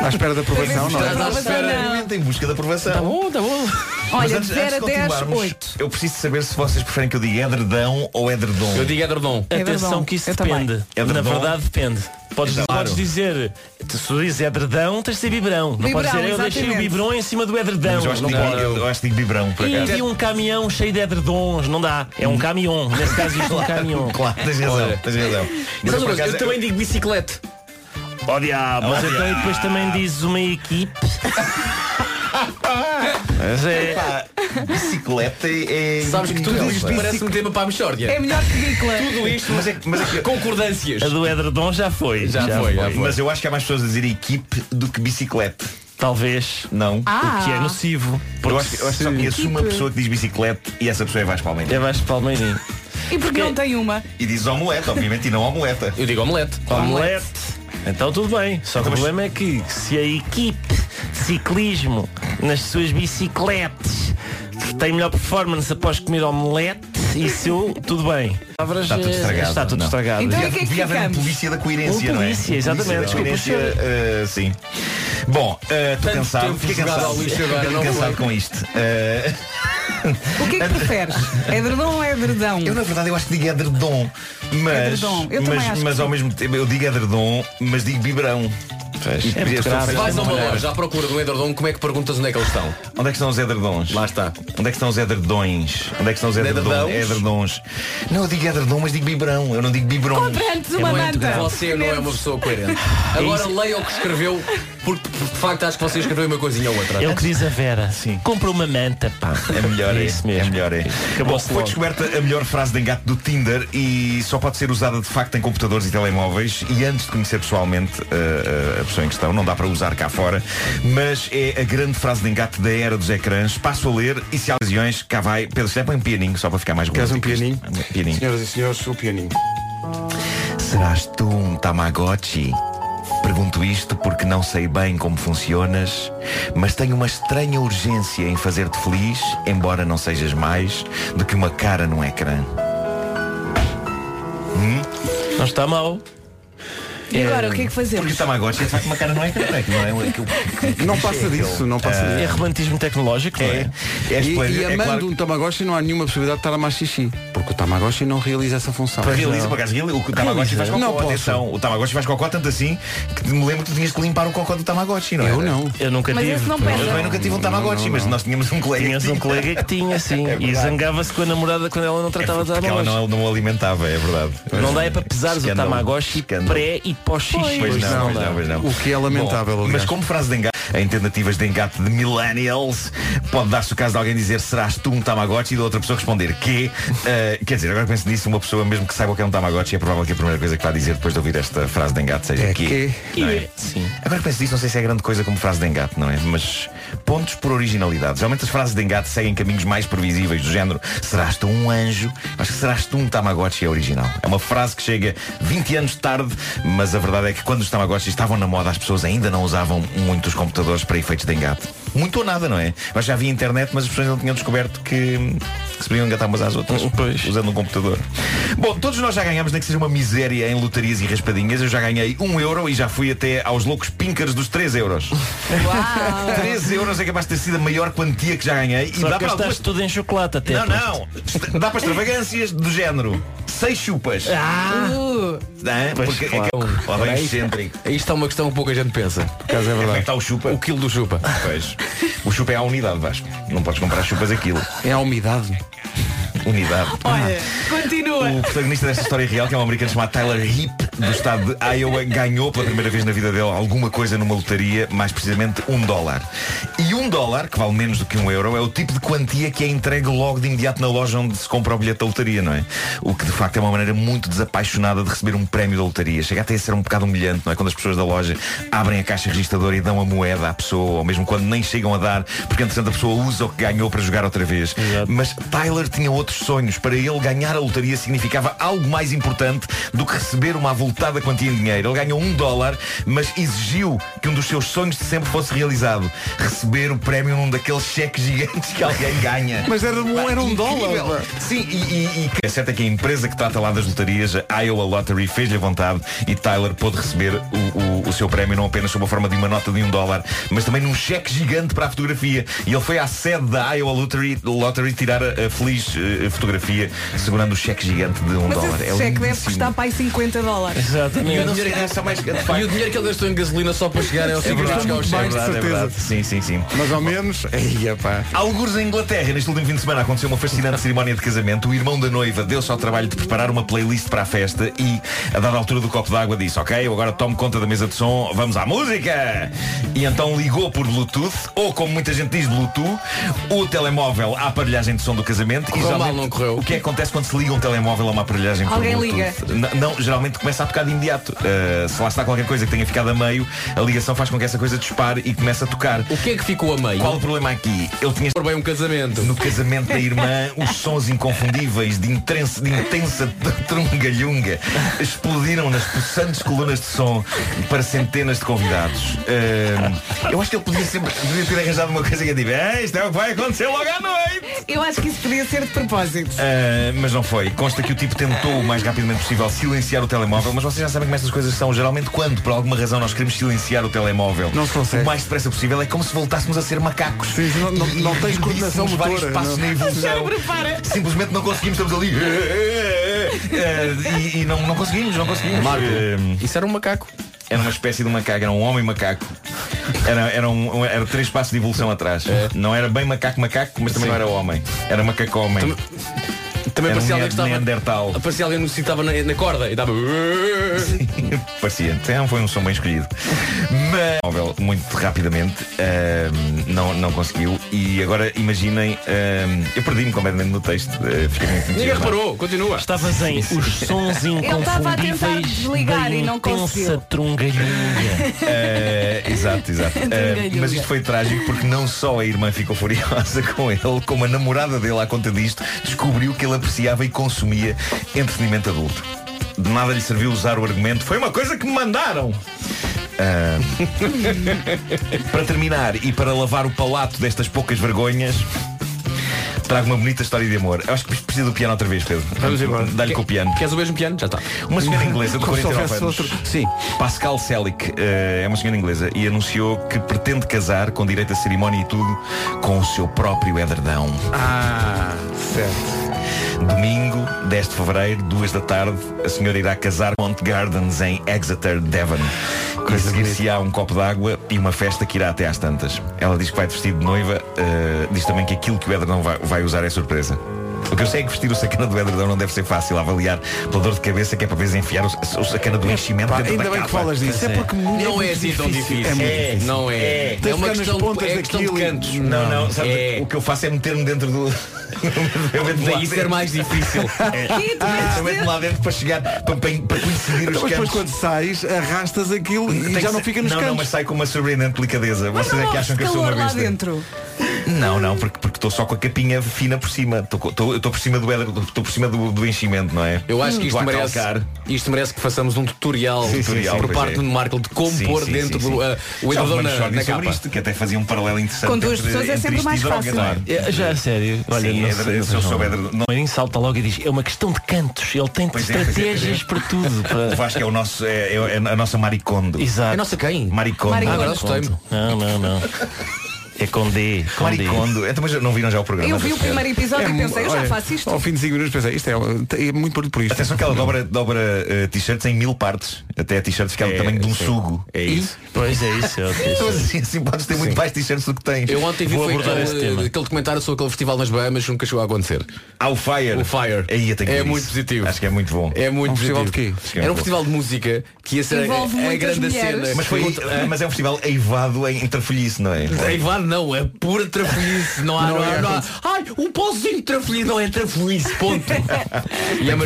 Speaker 1: À espera da aprovação, não é?
Speaker 4: à espera.
Speaker 11: Claramente em busca da aprovação. Tá bom, tá bom.
Speaker 2: Olha, de zero a dez, oito.
Speaker 11: eu preciso saber se vocês preferem que eu diga edredão ou edredom.
Speaker 4: Eu digo Edredom.
Speaker 5: Atenção
Speaker 2: verdade.
Speaker 5: que isso
Speaker 2: É Eu também.
Speaker 5: depende.
Speaker 11: É
Speaker 5: Na
Speaker 11: verdade.
Speaker 5: verdade depende. Podes,
Speaker 11: É claro.
Speaker 5: podes dizer, se tu dizes edredão, tens de ser biberão. Não
Speaker 2: Biberão,
Speaker 5: podes dizer, eu deixei o
Speaker 2: exatamente.
Speaker 5: biberão em cima do edredão.
Speaker 11: Mas eu acho que
Speaker 5: Não
Speaker 11: digo,
Speaker 5: pode.
Speaker 11: eu acho que digo biberão, por
Speaker 5: E
Speaker 11: acaso.
Speaker 5: vi um caminhão cheio de edredons, não dá. É um caminhão. Nesse caso isto é um caminhão.
Speaker 11: Claro, tens razão, tens razão. Mas eu, por acaso,
Speaker 4: digo bicicleta.
Speaker 5: Oh diabo. Mas
Speaker 11: Oh,
Speaker 5: então
Speaker 11: diabo.
Speaker 5: e depois também dizes uma equipe. Mas é.
Speaker 11: Pá, bicicleta é.
Speaker 4: Sabes que tudo
Speaker 11: Não,
Speaker 4: isto
Speaker 11: pá.
Speaker 4: parece um tema para a mexórdia.
Speaker 2: É melhor que bicla.
Speaker 4: Tudo isto,
Speaker 11: Mas é que- mas é que-
Speaker 4: concordâncias.
Speaker 5: A do edredom já foi.
Speaker 4: Já foi, já foi.
Speaker 11: Mas eu acho que há mais pessoas a dizer equipe do que bicicleta.
Speaker 5: Talvez.
Speaker 11: Não.
Speaker 5: O que é nocivo. Porque
Speaker 11: eu acho, que- eu acho que só conheço uma pessoa que diz bicicleta e essa pessoa é Vasco Palmeiras.
Speaker 5: É mais palmeirinho.
Speaker 2: E porque não tem uma?
Speaker 11: E diz omelete, obviamente, e não omeleta.
Speaker 4: Eu digo omelete.
Speaker 5: Omelete. Então tudo bem. Só que
Speaker 11: Então,
Speaker 5: o
Speaker 11: mas-
Speaker 5: problema é que se a equipe de ciclismo nas suas bicicletas tem melhor performance após comer omelete, isso eu, tudo bem.
Speaker 11: Está tudo estragado.
Speaker 5: Está tudo
Speaker 11: não.
Speaker 5: estragado.
Speaker 2: eh, Então é
Speaker 11: Devia-
Speaker 2: que é que
Speaker 11: devia haver uma
Speaker 2: ficamos?
Speaker 11: polícia da coerência,
Speaker 5: Uma
Speaker 11: não é?
Speaker 5: polícia, exatamente,
Speaker 11: da coerência, eh, sim. Bom, eh, estou
Speaker 4: Tanto
Speaker 11: cansado,
Speaker 4: tempo
Speaker 11: fiquei
Speaker 4: jogado
Speaker 11: cansado,
Speaker 4: ao lixo agora,
Speaker 11: fiquei
Speaker 4: não sei.
Speaker 11: cansado com isto. Eh,
Speaker 2: O que é que preferes? Edredom ou é edredão?
Speaker 11: eu na verdade eu acho que digo edredom, mas,
Speaker 2: Edredom, eu também
Speaker 11: mas,
Speaker 2: acho
Speaker 11: mas
Speaker 2: que
Speaker 11: ao
Speaker 2: sim.
Speaker 11: mesmo tempo eu digo edredom, mas digo biberão.
Speaker 5: fez.
Speaker 11: E pedias tão feliz.
Speaker 4: Vais a uma loja à procura do edredom, como é que perguntas onde é que eles estão?
Speaker 11: Onde é que estão os edredons? Lá está. Onde é que estão os edredões? Onde é que estão os edredons?
Speaker 4: Edredãos?
Speaker 11: edredons? Não, eu digo edredom, mas digo biberão. Eu não digo biberão.
Speaker 10: Compra-nos uma manta.
Speaker 4: É Você não é uma pessoa coerente. Agora leia o que escreveu, porque de facto acho que você escreveu uma coisinha ou outra.
Speaker 5: Eu É que diz a Vera, Sim. compra uma manta, pá.
Speaker 11: É melhor, é,
Speaker 5: É isso mesmo.
Speaker 11: É melhor, é. Bom,
Speaker 5: Acabou-se
Speaker 11: foi
Speaker 5: logo.
Speaker 11: descoberta a melhor frase de engate do Tinder e só pode ser usada de facto em computadores e telemóveis. E antes de conhecer pessoalmente uh, uh, a pessoa em questão, não dá para usar cá fora, mas é a grande frase de engate da era dos ecrãs. Passo a ler e se há lesões, cá vai. Pedro, se é para um pianinho, só para ficar mais
Speaker 1: Queres um
Speaker 11: romântico isto. Um pianinho.
Speaker 1: Senhoras e senhores, o pianinho.
Speaker 11: Serás tu um Tamagotchi? Pergunto isto porque não sei bem como funcionas, mas tenho uma estranha urgência em fazer-te feliz, embora não sejas mais do que uma cara num ecrã.
Speaker 5: Não está mal.
Speaker 2: E agora, o que é que
Speaker 11: Porque
Speaker 2: fazemos?
Speaker 11: o Tamagotchi é de facto uma cara num ecrã, não é? Que não é um- que- que- que- Ah,
Speaker 1: Não passa disso, não passa
Speaker 5: É
Speaker 1: disso.
Speaker 5: romantismo tecnológico, não é?
Speaker 11: É, é
Speaker 1: E,
Speaker 11: esplêndido,
Speaker 1: e
Speaker 11: é
Speaker 1: amando
Speaker 11: claro
Speaker 1: um Tamagotchi não há nenhuma possibilidade de estar a mais xixi. Porque o Tamagotchi não realiza essa função.
Speaker 11: Pois Realiza, por acaso, reali- o Tamagotchi faz cocó,
Speaker 1: é. Não posso.
Speaker 11: atenção, o Tamagotchi faz cocó tanto assim que me lembro que tu tinhas que limpar o cocó do Tamagotchi, não é?
Speaker 1: Eu não.
Speaker 5: Eu nunca
Speaker 2: Mas
Speaker 5: tive.
Speaker 2: esse não
Speaker 5: pá.
Speaker 11: Eu também
Speaker 2: pesa.
Speaker 11: nunca tive um Tamagotchi, mas nós tínhamos um colega
Speaker 5: Tinhas
Speaker 11: que
Speaker 5: um
Speaker 11: tinha.
Speaker 5: colega que tinha, sim. e zangava-se com a namorada quando ela não tratava de dar
Speaker 11: É Porque ela
Speaker 5: bolas.
Speaker 11: não, não o alimentava, é verdade.
Speaker 5: Não dá é para pesares o
Speaker 11: Escândalo,
Speaker 5: Tamagotchi
Speaker 11: escândalo.
Speaker 5: pré e pós-xixi.
Speaker 11: Pois não, pois
Speaker 5: dá.
Speaker 11: não, pois não.
Speaker 1: O que é lamentável,
Speaker 11: Bom,
Speaker 1: aliás.
Speaker 11: Mas como frase de engate, em tentativas de engate de millennials, pode dar-se o caso de alguém dizer serás tu um Tamagotchi e da outra pessoa responder que. eh, quer dizer, agora que penso nisso, uma pessoa mesmo que saiba o que é um Tamagotchi, é provável que a primeira coisa que vá dizer depois de ouvir esta frase de engate seja
Speaker 1: É
Speaker 11: que.
Speaker 5: E-
Speaker 11: não é?
Speaker 5: Sim.
Speaker 11: Agora que penso nisso, não sei se é grande coisa como frase de engate, não é? Mas pontos por originalidade. Geralmente as frases de engate seguem caminhos mais previsíveis, do género serás tu um anjo, mas serás tu um Tamagotchi é original. É uma frase que chega 20 anos tarde, mas a verdade é que quando os Tamagotchi estavam na moda, as pessoas ainda não usavam muito os computadores para efeitos de engate. Muito ou nada, não é? Mas já havia internet, mas as pessoas não tinham descoberto que, que se podiam engatar umas às outras
Speaker 5: Pois.
Speaker 11: usando um computador. Bom, todos nós já ganhamos, nem que seja uma miséria em lotarias e raspadinhas. Eu já ganhei um euro e já fui até aos loucos pinkers dos 3 euros.
Speaker 2: Uau!
Speaker 11: 3 euros é capaz de ter sido a maior quantia que já ganhei. E
Speaker 5: Só
Speaker 11: dá
Speaker 5: que
Speaker 11: para algumas...
Speaker 5: gastaste tudo em chocolate até.
Speaker 11: Não,
Speaker 5: aposto.
Speaker 11: não. Est- Dá para extravagâncias do género. Seis chupas.
Speaker 2: Uh,
Speaker 11: Hã? Porque é que- Lá vem o excêntrico.
Speaker 4: Isto é uma questão que pouca gente pensa.
Speaker 1: Caso é
Speaker 11: Como é que
Speaker 1: verdade.
Speaker 11: está o chupa?
Speaker 4: O quilo do chupa.
Speaker 11: Pois. O chupa é a unidade, Vasco. Não podes comprar chupas aquilo.
Speaker 1: É a umidade.
Speaker 11: Unidade.
Speaker 2: olha, continua.
Speaker 11: O protagonista desta história real, que é um americano chamado Tyler Heap, do estado de Iowa, ganhou pela primeira vez na vida dele alguma coisa numa lotaria, mais precisamente um dólar. E um dólar, que vale menos do que um euro, é o tipo de quantia que é entregue logo de imediato na loja onde se compra o bilhete da lotaria, não é? O que de facto é uma maneira muito desapaixonada de receber um prémio da lotaria. Chega até a ser um bocado humilhante, não é? Quando as pessoas da loja abrem a caixa registradora e dão a moeda à pessoa, ou mesmo quando nem chegam a dar, porque entretanto a pessoa usa o que ganhou para jogar outra vez. Mas Tyler tinha outros sonhos. Para ele, ganhar a lotaria significava algo mais importante do que receber uma avultada quantia em dinheiro. Ele ganhou um dólar, mas exigiu que um dos seus sonhos de sempre fosse realizado. Receber o prémio num daqueles cheques gigantes que alguém ganha.
Speaker 1: Mas era, um- era um
Speaker 11: Incrível.
Speaker 1: dólar.
Speaker 11: Sim, e, e, e que- é certo é que a empresa que trata lá das lotarias, a Iowa Lottery, fez-lhe a vontade e Tyler pôde receber o, o- o seu prémio não apenas sob a forma de uma nota de um dólar, mas também num cheque gigante para a fotografia. E ele foi à sede da Iowa Lottery, Lottery tirar a, a feliz eh, fotografia segurando o cheque gigante de um
Speaker 2: Mas
Speaker 11: dólar.
Speaker 2: esse cheque deve
Speaker 11: lindíssimo.
Speaker 2: custar para aí 50 dólares.
Speaker 5: Exatamente.
Speaker 11: Não sei, é só mais- de facto,
Speaker 4: E o dinheiro que ele gastou em gasolina só para chegar ao
Speaker 11: é
Speaker 4: sítio
Speaker 11: verdade,
Speaker 4: buscar o chefe.
Speaker 11: é verdade, é verdade. Sim, sim, sim.
Speaker 1: Mas ao menos. Ei, pá.
Speaker 11: Alguns em Inglaterra, neste último fim de semana, aconteceu uma fascinante cerimónia de casamento. O irmão da noiva deu-se ao trabalho de preparar uma playlist para a festa e, a dada altura do copo d'água, disse, ok, eu agora tomo conta da mesa de som, vamos à música! E então ligou por Bluetooth, ou como muita gente diz, Bluetooth, o telemóvel à aparelhagem de som do casamento.
Speaker 4: Correu mal,
Speaker 11: geralmente,
Speaker 4: não correu?
Speaker 11: O que é que acontece quando se liga um telemóvel a uma aparelhagem por
Speaker 2: Alguém
Speaker 11: Bluetooth? N- Não, geralmente começa a tocar de imediato. Uh, se lá está qualquer coisa que tenha ficado a meio, a ligação faz com que essa coisa dispare e comece a tocar.
Speaker 4: O que é que ficou a meio?
Speaker 11: Qual o problema aqui? Ele tinha
Speaker 4: Por bem um casamento.
Speaker 11: no casamento da irmã, os sons inconfundíveis de, intensa de intensa trungalhunga explodiram nas possantes colunas de som para centenas de convidados. Ahm, eu acho que ele podia sempre podia ter arranjado uma coisa que eu digo, "Ah, isto é o que vai acontecer logo à noite.
Speaker 2: Eu acho que isso podia ser de propósito.
Speaker 11: Ah, mas não foi. Consta que o tipo tentou o mais rapidamente possível silenciar o telemóvel, mas vocês já sabem como estas coisas são. Geralmente quando, por alguma razão, nós queremos silenciar o telemóvel,
Speaker 1: Não se consegue.
Speaker 11: o mais depressa possível é como se voltássemos a ser macacos.
Speaker 1: Sim, não- não- não tens
Speaker 11: E
Speaker 1: coordenação
Speaker 11: dissemos vários
Speaker 4: é?
Speaker 1: motora,
Speaker 11: passos
Speaker 1: não. é?
Speaker 11: na evolução. um Simplesmente não conseguimos, estamos ali. Ah, e e não, não conseguimos, não conseguimos. Ah,
Speaker 4: Isso era um macaco.
Speaker 11: era uma espécie de macaco, era um homem macaco. Era, era, um, era três passos de evolução atrás. Não era bem macaco-macaco, mas também
Speaker 4: É. Sim.
Speaker 11: não era homem. Era macaco-homem.
Speaker 4: Também
Speaker 11: era
Speaker 4: parecia
Speaker 11: um
Speaker 4: alguém que estava-
Speaker 11: Neandertal.
Speaker 4: Aparecia alguém no sítio estava na, na corda e dava.
Speaker 11: Parecia. Então foi um som bem escolhido. Mas móvel, muito rapidamente ahm, não, não conseguiu. E agora imaginem, ahm, eu perdi-me completamente no texto. eh, fiquei muito
Speaker 5: Ninguém
Speaker 11: entusiasmado.
Speaker 5: reparou, continua. Estavas em os sons
Speaker 2: Eu estava a tentar
Speaker 5: inconfundíveis
Speaker 2: desligar
Speaker 5: da
Speaker 2: e não
Speaker 5: intensa
Speaker 2: conseguiu.
Speaker 5: trungalhinha.
Speaker 11: Eh, exato, exato. Eh,
Speaker 2: Trungalhuga.
Speaker 11: mas isto foi trágico porque não só a irmã ficou furiosa com ele, como a namorada dele, à conta disto, descobriu que ele apreciava e consumia entretenimento adulto. De nada lhe serviu usar o argumento, foi uma coisa que me mandaram. Ah, para terminar e para lavar o palato destas poucas vergonhas, trago uma bonita história de amor. Eu acho que precisa do piano outra vez, Pedro.
Speaker 4: Vamos embora.
Speaker 11: Dá-lhe com o piano.
Speaker 4: Queres o mesmo piano? Já está.
Speaker 11: Uma senhora inglesa de
Speaker 4: Como se
Speaker 11: 49
Speaker 4: houvesse
Speaker 11: anos.
Speaker 4: outro. Sim.
Speaker 11: Pascal Selick eh, é uma senhora inglesa e anunciou que pretende casar com direito a cerimónia e tudo com o seu próprio edredão.
Speaker 4: Ah, certo.
Speaker 11: Domingo, 10 de fevereiro, 2 da tarde, a senhora irá casar com Mont Gardens em Exeter, Devon. E seguir-se-á um copo d'água e uma festa que irá até às tantas. Ela diz que vai de vestido de noiva, eh, diz também que aquilo que o edredão vai, vai usar é surpresa. O que eu sei é que vestir o sacana do edredão não deve ser fácil a avaliar pela dor de cabeça que é para vez enfiar o, o sacana do enchimento
Speaker 1: É, Pá,
Speaker 11: dentro da
Speaker 1: ainda bem
Speaker 11: capa.
Speaker 1: que falas disso. É porque
Speaker 4: Não é assim tão difícil.
Speaker 1: É muito
Speaker 11: É,
Speaker 1: difícil.
Speaker 4: Não
Speaker 11: É.
Speaker 4: é.
Speaker 11: Tens
Speaker 1: de
Speaker 4: É uma
Speaker 1: ficar nas
Speaker 4: questão,
Speaker 1: pontas
Speaker 4: é questão de
Speaker 1: daquilo e-
Speaker 4: cantos.
Speaker 11: Não, não, sabe,
Speaker 4: É.
Speaker 11: o que eu faço é meter-me dentro do. eu meto-me lá
Speaker 4: Daí ser
Speaker 11: dentro.
Speaker 4: mais difícil.
Speaker 2: E tu
Speaker 11: É. Eu meto-me lá dentro para chegar, para, para, para coincidir
Speaker 4: Então,
Speaker 11: os
Speaker 1: Então, Mas depois
Speaker 11: cantos.
Speaker 1: quando sais, arrastas aquilo
Speaker 11: Tem
Speaker 1: e
Speaker 11: que
Speaker 1: já não
Speaker 11: ser-
Speaker 1: fica nos
Speaker 11: Não, não, mas
Speaker 1: cantos.
Speaker 11: sai com uma surpreendente delicadeza.
Speaker 2: Mas
Speaker 11: Vocês
Speaker 2: não
Speaker 11: é que
Speaker 2: houve
Speaker 11: acham que eu sou uma
Speaker 2: calor lá
Speaker 11: besta.
Speaker 2: dentro.
Speaker 11: Não, não, porque porque estou só com a capinha fina por cima. Estou co- Estou estou por cima do edre- estou por cima do, do enchimento, não é?
Speaker 4: Eu acho que
Speaker 11: Estou
Speaker 4: isto
Speaker 11: a
Speaker 4: merece,
Speaker 11: calcar.
Speaker 4: isto merece que façamos um tutorial,
Speaker 11: Sim, sim,
Speaker 4: tutorial
Speaker 11: sim,
Speaker 4: por
Speaker 11: pois
Speaker 4: parte
Speaker 11: é.
Speaker 4: do Marco de como
Speaker 11: Sim,
Speaker 4: pôr
Speaker 11: sim,
Speaker 4: dentro
Speaker 11: sim,
Speaker 4: do
Speaker 11: sim.
Speaker 4: ah, o
Speaker 11: Já
Speaker 4: edredom
Speaker 11: houve uma
Speaker 4: na,
Speaker 11: história
Speaker 4: na
Speaker 11: sobre
Speaker 4: capa.
Speaker 11: isto, que até fazia um paralelo interessante.
Speaker 2: Com duas
Speaker 11: entre-
Speaker 2: pessoas é
Speaker 11: entre
Speaker 2: sempre
Speaker 11: isto e
Speaker 2: mais
Speaker 11: droga,
Speaker 2: fácil.
Speaker 11: não é?
Speaker 5: É, Já a sério. Olha,
Speaker 11: Sim,
Speaker 5: não
Speaker 11: é,
Speaker 5: sei,
Speaker 11: se eu
Speaker 5: não sei,
Speaker 11: souber-
Speaker 5: João.
Speaker 11: não-
Speaker 5: O Mourinho salta logo e diz, é uma questão de cantos. Ele tem
Speaker 11: Pois é, pois é, pois é.
Speaker 5: estratégias para tudo.
Speaker 11: O
Speaker 5: para-
Speaker 11: Vasco é o nosso, é, é a nossa maricondo.
Speaker 5: Exato.
Speaker 4: É nossa quem?
Speaker 11: Maricondo.
Speaker 4: Ah,
Speaker 2: Maricondo.
Speaker 4: agora assustei-me.
Speaker 5: Não, não, não. É com D. Com D.
Speaker 11: Maricondo. Então, mas É não viram já o programa?
Speaker 2: Eu vi o primeiro episódio e pensei, eu já
Speaker 1: olha,
Speaker 2: faço isto.
Speaker 1: Ao fim de 5 minutos pensei, isto é, é muito bonito por isto.
Speaker 11: Atenção que ela dobra, dobra eh, t-shirts em mil partes. Até a t-shirt fica do tamanho de um sugo. É isso.
Speaker 5: Pois é isso. é o que é isso.
Speaker 11: Então assim, assim podes ter muito mais t-shirts do que tens.
Speaker 4: Eu ontem vi
Speaker 5: Vou
Speaker 4: foi
Speaker 5: abordar
Speaker 4: aquele,
Speaker 5: esse tema.
Speaker 4: aquele documentário sobre aquele festival nas Bahamas que nunca chegou a acontecer.
Speaker 11: Ao Fire.
Speaker 4: O Fire.
Speaker 11: Aí eu tenho
Speaker 4: É
Speaker 11: que ver
Speaker 4: muito
Speaker 11: isso.
Speaker 4: positivo.
Speaker 11: Acho que é muito bom.
Speaker 4: É muito
Speaker 1: Um festival
Speaker 4: positivo.
Speaker 1: de quê?
Speaker 11: Acho que é
Speaker 4: Era um
Speaker 11: bom.
Speaker 4: festival de música que ia ser a-
Speaker 2: Envolve
Speaker 4: a,
Speaker 2: muitas
Speaker 4: grande
Speaker 2: mulheres.
Speaker 4: cena.
Speaker 11: Mas, foi, eh, mas é um festival eivado em interfolhice, não é?
Speaker 4: Raivar não, é pura trafolhice. Não há, não, há, não há. Ai, um pauzinho de trafolhice não é trafolhice, ponto. e é
Speaker 11: que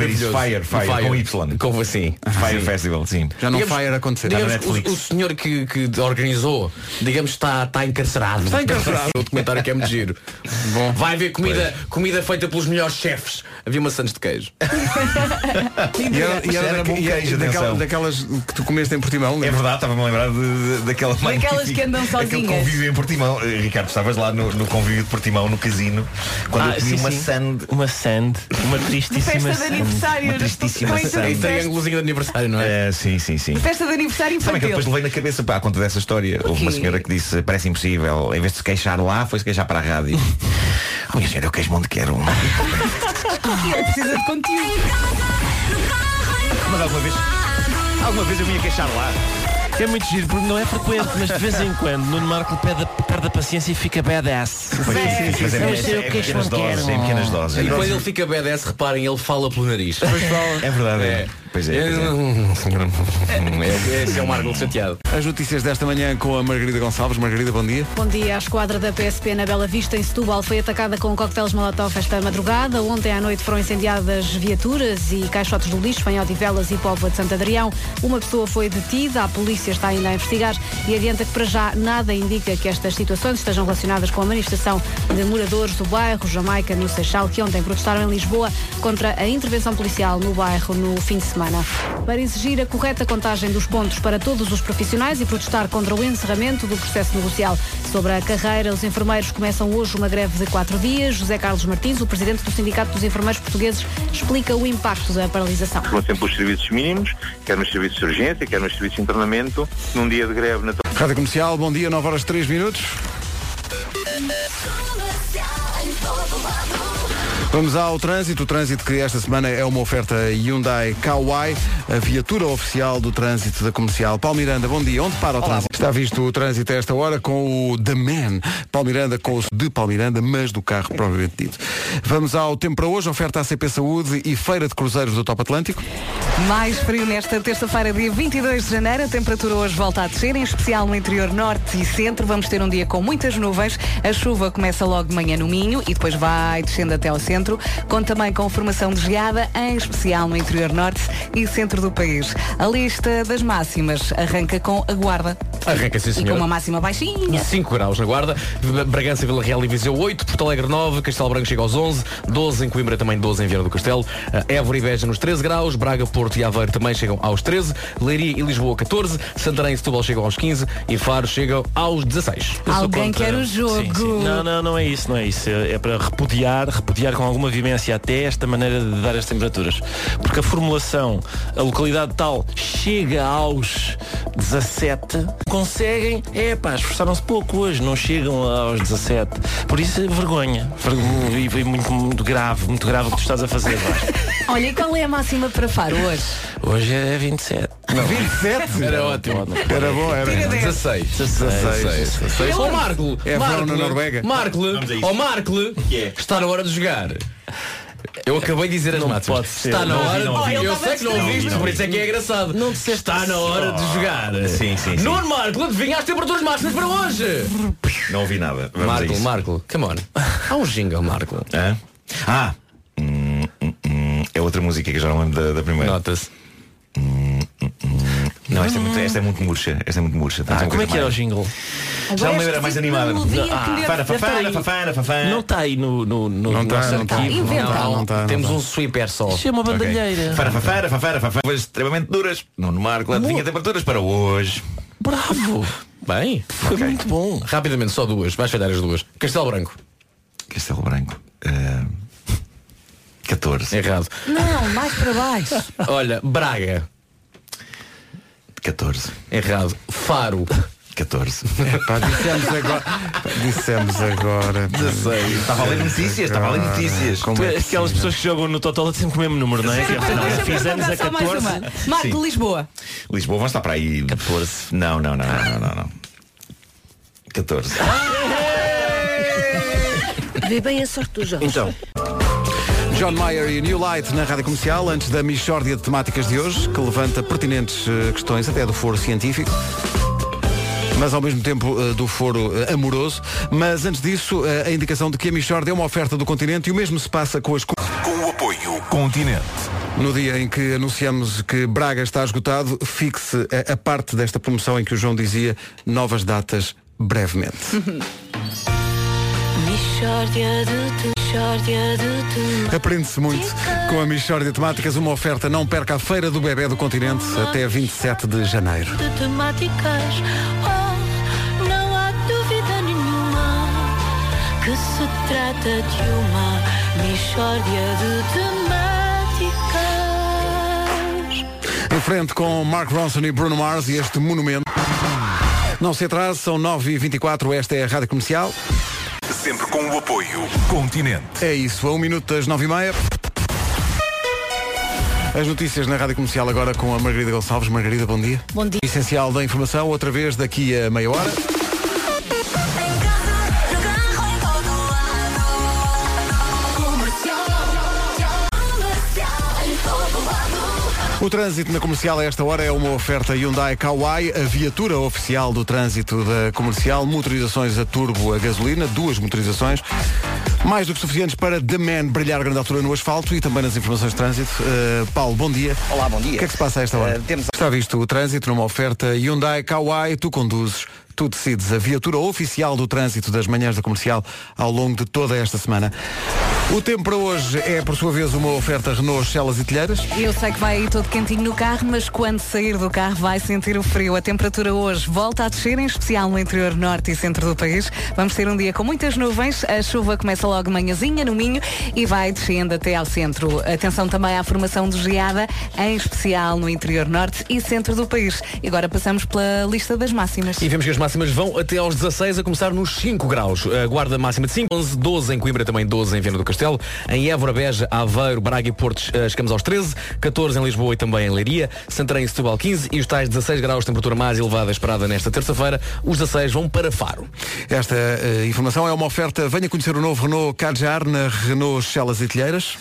Speaker 11: ver isso.
Speaker 4: maravilhoso.
Speaker 11: Fire, fire, com Y.
Speaker 4: Como assim?
Speaker 11: Fire Festival, sim.
Speaker 1: Já não
Speaker 4: Digamos-
Speaker 1: fire acontecer.
Speaker 4: Digamos,
Speaker 11: Está na
Speaker 4: o,
Speaker 11: Netflix.
Speaker 4: o senhor que, que organizou, digamos, está, está encarcerado. Está encarcerado. o documentário que é muito giro.
Speaker 1: Bom.
Speaker 4: Vai haver comida, comida feita pelos melhores chefes. Havia maçãs de queijo.
Speaker 1: E era, e era
Speaker 11: Era
Speaker 1: daque-
Speaker 11: bom
Speaker 1: e era
Speaker 11: queijo,
Speaker 1: daquela-
Speaker 11: atenção.
Speaker 1: daquelas que tu comeste em Portimão,
Speaker 11: É
Speaker 1: lembra?
Speaker 11: verdade, estava-me a lembrar de- de- daquela magnífica-
Speaker 2: que andam
Speaker 11: Aquele
Speaker 2: sozinhas.
Speaker 11: convívio em Portimão. Eh, Ricardo, estavas lá no, no convívio de Portimão, no casino, quando eu
Speaker 5: Ah,
Speaker 11: comi
Speaker 5: sim,
Speaker 11: uma
Speaker 5: sim.
Speaker 11: sand.
Speaker 5: Uma sand. Uma
Speaker 2: Festa
Speaker 5: tristíssima
Speaker 2: de
Speaker 5: sand.
Speaker 2: aniversário.
Speaker 11: Uma tristíssima cena.
Speaker 2: Foi
Speaker 4: E
Speaker 2: tudo
Speaker 4: tem
Speaker 2: festa-
Speaker 4: ângulozinho de aniversário, não é?
Speaker 11: Eh, sim, sim, sim.
Speaker 2: Festa de aniversário
Speaker 11: Sabem que eu depois
Speaker 2: infantil.
Speaker 11: levei na cabeça para a conta dessa história. Houve uma
Speaker 2: quê?
Speaker 11: senhora que disse, parece impossível, em vez de se queixar lá, foi se queixar para a rádio. Oh, minha senhora, eu queijo-me onde quero. Mas
Speaker 2: Ele precisa de conteúdo.
Speaker 11: alguma vez, alguma vez eu vinha queixar lá.
Speaker 5: É muito giro, porque não é frequente, mas de vez em quando Nuno Marco perde, perde a paciência e fica badass.
Speaker 11: Mas é, mas é,
Speaker 5: Mas
Speaker 11: é,
Speaker 5: eu
Speaker 11: é
Speaker 5: queixo-me
Speaker 11: pequenas doses, é em pequenas doses.
Speaker 4: E quando ele fica BDS, reparem, ele fala pelo nariz.
Speaker 11: É verdade, é.
Speaker 4: É.
Speaker 11: Pois é, pois é.
Speaker 4: É, Esse é o Marco chateado.
Speaker 1: As notícias desta manhã com a Margarida Gonçalves. Margarida, bom dia.
Speaker 9: Bom dia. A esquadra da PSP na Bela Vista, em Setúbal, foi atacada com coquetéis Molotov esta madrugada. Ontem à noite foram incendiadas viaturas e caixotes do lixo em Odivelas e Póvoa de Santo Adrião. Uma pessoa foi detida, a polícia está ainda a investigar e adianta que para já nada indica que estas situações estejam relacionadas com a manifestação de moradores do bairro Jamaica, no Seixal, que ontem protestaram em Lisboa contra a intervenção policial no bairro no fim de semana. Para exigir a correta contagem dos pontos para todos os profissionais e protestar contra o encerramento do processo negocial sobre a carreira, os enfermeiros começam hoje uma greve de quatro dias. José Carlos Martins, o presidente do Sindicato dos Enfermeiros Portugueses, explica o impacto da paralisação.
Speaker 12: Vão sempre os serviços mínimos, quer nos serviços de urgência, quer nos serviços de internamento, num dia de greve na
Speaker 1: Rádio Comercial, bom dia, 9 horas 3 minutos. Vamos ao trânsito. O trânsito que esta semana é uma oferta Hyundai Kauai, a viatura oficial do trânsito da comercial. Paulo Miranda, bom dia. Onde para o trânsito? Está visto o trânsito a esta hora com o The Man. Paulo Miranda com o de Paulo Miranda, mas do carro propriamente dito. Vamos ao tempo para hoje. Oferta à CP Saúde e Feira de Cruzeiros do Top Atlântico.
Speaker 2: Mais frio nesta terça-feira, dia 22 de janeiro. A temperatura hoje volta a descer, em especial no interior norte e centro. Vamos ter um dia com muitas nuvens. A chuva começa logo de manhã no Minho e depois vai descendo até ao centro. Conta também com formação de geada, em especial no interior norte e centro do país. A lista das máximas arranca com a guarda.
Speaker 4: Arranca, sim,
Speaker 2: E com
Speaker 4: senhora.
Speaker 2: uma máxima baixinha.
Speaker 4: 5 É, graus na Guarda, Bragança, Vila Real e Viseu 8, Porto Alegre 9, Castelo Branco chega aos 11, 12 em Coimbra também 12 em Viana do Castelo, eh, Évora e Beja nos 13 graus, Braga, Porto e Aveiro também chegam aos 13, Leiria e Lisboa 14, Santarém e Setúbal chegam aos 15 e Faro chegam aos 16.
Speaker 5: Eu sou
Speaker 2: Alguém
Speaker 5: contra-
Speaker 2: quer o jogo.
Speaker 5: Sim, sim. Não, não, não é isso, não é isso. É é para repudiar, repudiar com alguma vivência até esta maneira de dar as temperaturas. Porque a formulação, a localidade tal, chega aos 17, conseguem, é pá, esforçaram-se pouco hoje, não chegam aos 17. Por isso, é vergonha. Ver- E foi muito, muito grave, muito grave o que tu estás a fazer, Vasco.
Speaker 2: Olha, e qual é a máxima para Faro hoje?
Speaker 5: Hoje é 27. Não.
Speaker 1: 27?
Speaker 4: Era ótimo.
Speaker 1: Era bom, era.
Speaker 4: Tira 16. 16. 16. Ó Marco,
Speaker 1: É verão
Speaker 4: Marco,
Speaker 1: na Noruega.
Speaker 4: Marco,
Speaker 11: isso.
Speaker 4: ó Marco, está na hora de jogar. Eu acabei de dizer as máximas.
Speaker 5: pode ser.
Speaker 4: Está na
Speaker 5: Não vi,
Speaker 4: hora.
Speaker 5: não vi.
Speaker 4: Eu
Speaker 5: Ele
Speaker 4: sei que não ouviste, por isso é que é engraçado. Não está na hora de jogar.
Speaker 11: Sim, sim, sim.
Speaker 4: Nuno Marco, adivinha as temperaturas máximas para hoje.
Speaker 11: Não ouvi nada. Vamos a
Speaker 4: Marco,
Speaker 11: isso.
Speaker 4: Marco, come on. Há um jingle, Marco.
Speaker 11: Hã? Ah! Hum, hum, hum. É outra música que eu já não lembro da, da primeira. Hum,
Speaker 4: Nota-se.
Speaker 11: Não, esta é muito, esta é muito murcha. Esta é muito murcha. Tem que ser uma
Speaker 5: Como é
Speaker 11: coisa
Speaker 5: que era o
Speaker 11: mais-
Speaker 5: jingle?
Speaker 11: Já não lembro, era mais Ah, animada. Fara,
Speaker 5: Deve estar
Speaker 11: fafana,
Speaker 5: aí.
Speaker 11: fafana, fafana.
Speaker 5: Não está aí no, no, no
Speaker 1: Não tá,
Speaker 5: nosso
Speaker 1: não tá.
Speaker 5: arquivo.
Speaker 2: Inventa.
Speaker 1: Não, não tá, não
Speaker 4: Temos
Speaker 1: tá.
Speaker 4: um sweeper só.
Speaker 5: Isso é uma bandalheira.
Speaker 11: Fara, fafara, fafara, fafara. Coisas Extremamente duras. Nuno Marco, adivinha temperaturas para hoje.
Speaker 5: Bravo!
Speaker 4: Bem,
Speaker 5: Foi muito bom.
Speaker 4: rapidamente, só duas. Vais falhar as duas. Castelo Branco.
Speaker 11: Castelo Branco. ah, 14.
Speaker 4: Errado.
Speaker 2: Não, mais para baixo.
Speaker 4: Olha, Braga.
Speaker 11: 14.
Speaker 4: Errado. Faro.
Speaker 11: 14.
Speaker 1: Pá, dissemos agora. Dissemos agora.
Speaker 11: Estava a ler notícias, estava a ler notícias.
Speaker 1: Como
Speaker 5: Tu
Speaker 1: é
Speaker 5: és
Speaker 1: que
Speaker 5: aquelas pessoas que jogam no Totola sempre com o mesmo número, não é? Que, afinal,
Speaker 2: Deixa-me
Speaker 5: fiz anos
Speaker 2: perguntar
Speaker 5: a
Speaker 2: só mais
Speaker 5: 14.
Speaker 2: uma. Marco,
Speaker 11: Sim.
Speaker 2: Lisboa.
Speaker 11: Lisboa, vamos estar para aí. 14. Não, não, não, não, não, não. não. 14.
Speaker 10: Vê bem a sorte do Jorge.
Speaker 5: Então,
Speaker 1: John Mayer e New Light na Rádio Comercial, antes da Michórdia de Temáticas de hoje, que levanta pertinentes eh, questões até do foro científico. Mas ao mesmo tempo eh, do foro eh, amoroso. Mas antes disso, eh, a indicação de que a Michórdia é uma oferta do continente e o mesmo se passa com as... co-
Speaker 12: Com o apoio Continente.
Speaker 1: No dia em que anunciamos que Braga está esgotado, fixe a, a parte desta promoção em que o João dizia novas datas brevemente.
Speaker 10: Michórdia de tu, Michórdia de tu.
Speaker 1: Aprende-se muito com a Michórdia de Temáticas, uma oferta não perca a Feira do Bebé do Continente até 27 de janeiro.
Speaker 10: De temáticas, oh, não há dúvida nenhuma que se trata de uma Michórdia de temáticas.
Speaker 1: Em frente com Mark Ronson e Bruno Mars e este monumento. Não se atrase, são 9h24, esta é a Rádio Comercial.
Speaker 12: Sempre com o apoio Continente.
Speaker 1: É isso, a um minuto das 9h30. As notícias na Rádio Comercial agora com a Margarida Gonçalves. Margarida, bom dia.
Speaker 9: Bom dia.
Speaker 1: Essencial da informação, outra vez daqui a meia hora. O trânsito na comercial a esta hora é uma oferta Hyundai Kauai, a viatura oficial do trânsito da comercial, motorizações a turbo a gasolina, duas motorizações, mais do que suficientes para The Man brilhar a grande altura no asfalto e também nas informações de trânsito. Uh, Paulo, bom dia.
Speaker 3: Olá, bom
Speaker 1: O
Speaker 3: dia.
Speaker 1: que é que se passa a esta hora?
Speaker 3: Eh, temos-
Speaker 1: Está visto o trânsito numa oferta Hyundai Kauai, tu conduzes, tu decides, a viatura oficial do trânsito das manhãs da comercial ao longo de toda esta semana. O tempo para hoje é, por sua vez, uma oferta Renault, Celas e Telheiras.
Speaker 2: Eu sei que vai aí todo quentinho no carro, mas quando sair do carro vai sentir o frio. A temperatura hoje volta a descer, em especial no interior norte e centro do país. Vamos ter um dia com muitas nuvens, a chuva começa logo de manhãzinha no Minho e vai descendo até ao centro. Atenção também à formação de geada, em especial no interior norte e centro do país. E agora passamos pela lista das máximas.
Speaker 4: E vemos que as máximas vão até aos 16, a começar nos 5 graus. A guarda máxima de 5, 11, 12 em Coimbra, também 12 em Viana do Castelo. Em Évora, Beja, Aveiro, Braga e Porto eh, chegamos aos 13, 14 em Lisboa e também em Leiria, Santarém e Setúbal 15 e os tais 16 graus, temperatura mais elevada esperada nesta terça-feira. Os 16 vão para Faro.
Speaker 1: Esta eh, informação é uma oferta. Venha conhecer o novo Renault Kadjar na Renault Chelas e Telheiras.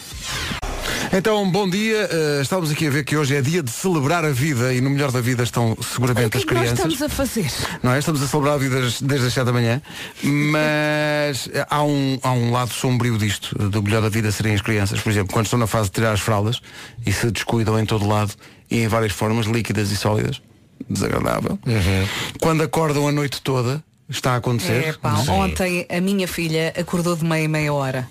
Speaker 1: Então, bom dia. Eh, estávamos aqui a ver que hoje é dia de celebrar a vida e no melhor da vida estão seguramente
Speaker 2: O que é
Speaker 1: as
Speaker 2: que nós
Speaker 1: crianças.
Speaker 2: estamos a fazer?
Speaker 1: Não é? Estamos a celebrar a vida das- desde as 7 da manhã, mas há um, há um lado sombrio disto, do melhor da vida serem as crianças. Por exemplo, quando estão na fase de tirar as fraldas e se descuidam em todo lado e em várias formas, líquidas e sólidas, desagradável.
Speaker 11: Uhum.
Speaker 1: Quando acordam a noite toda, está a acontecer.
Speaker 2: É, pá, ontem a minha filha acordou de meia e meia hora.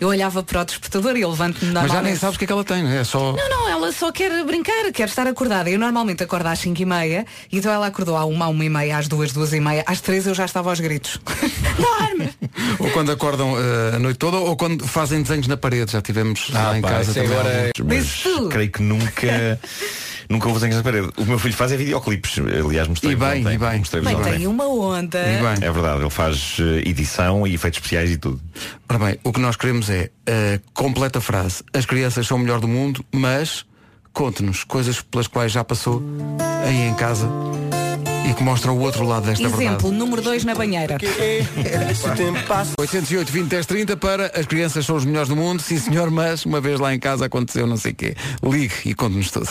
Speaker 2: Eu olhava para o despertador e eu levanto-me
Speaker 1: Mas já
Speaker 2: normalmente.
Speaker 1: nem sabes o que é que ela tem, não é É só.
Speaker 2: Não, não, ela só quer brincar, quer estar acordada. Eu normalmente acordo às 5 e meia, então ela acordou à 1, à 1 e meia, às 2, 2 e meia, às 3 eu já estava aos gritos.
Speaker 1: Ou quando acordam eh, a noite toda, ou quando fazem desenhos na parede, já tivemos lá em
Speaker 11: Ah, pá,
Speaker 1: casa
Speaker 11: isso
Speaker 1: também.
Speaker 11: agora é-
Speaker 1: alguns, mas-
Speaker 11: Creio que nunca nunca houve desenhos na parede. O meu filho faz é videoclipes. Aliás, mostrei
Speaker 1: E bem,
Speaker 11: ontem.
Speaker 1: e bem.
Speaker 11: Mostrei-vos
Speaker 2: Bem,
Speaker 11: ontem.
Speaker 2: tem uma onda.
Speaker 11: É verdade, ele faz eh, edição e efeitos especiais e tudo.
Speaker 1: Ora bem, o que nós queremos é a completa frase. As crianças são o melhor do mundo, mas conte-nos coisas pelas quais já passou aí em casa e que mostram o outro lado desta
Speaker 2: Exemplo,
Speaker 1: é verdade. é.
Speaker 2: número 2 na banheira.
Speaker 1: 808 20 10 30 para as crianças são os melhores do mundo, sim senhor, mas uma vez lá em casa aconteceu não sei o quê. Ligue e conte-nos tudo.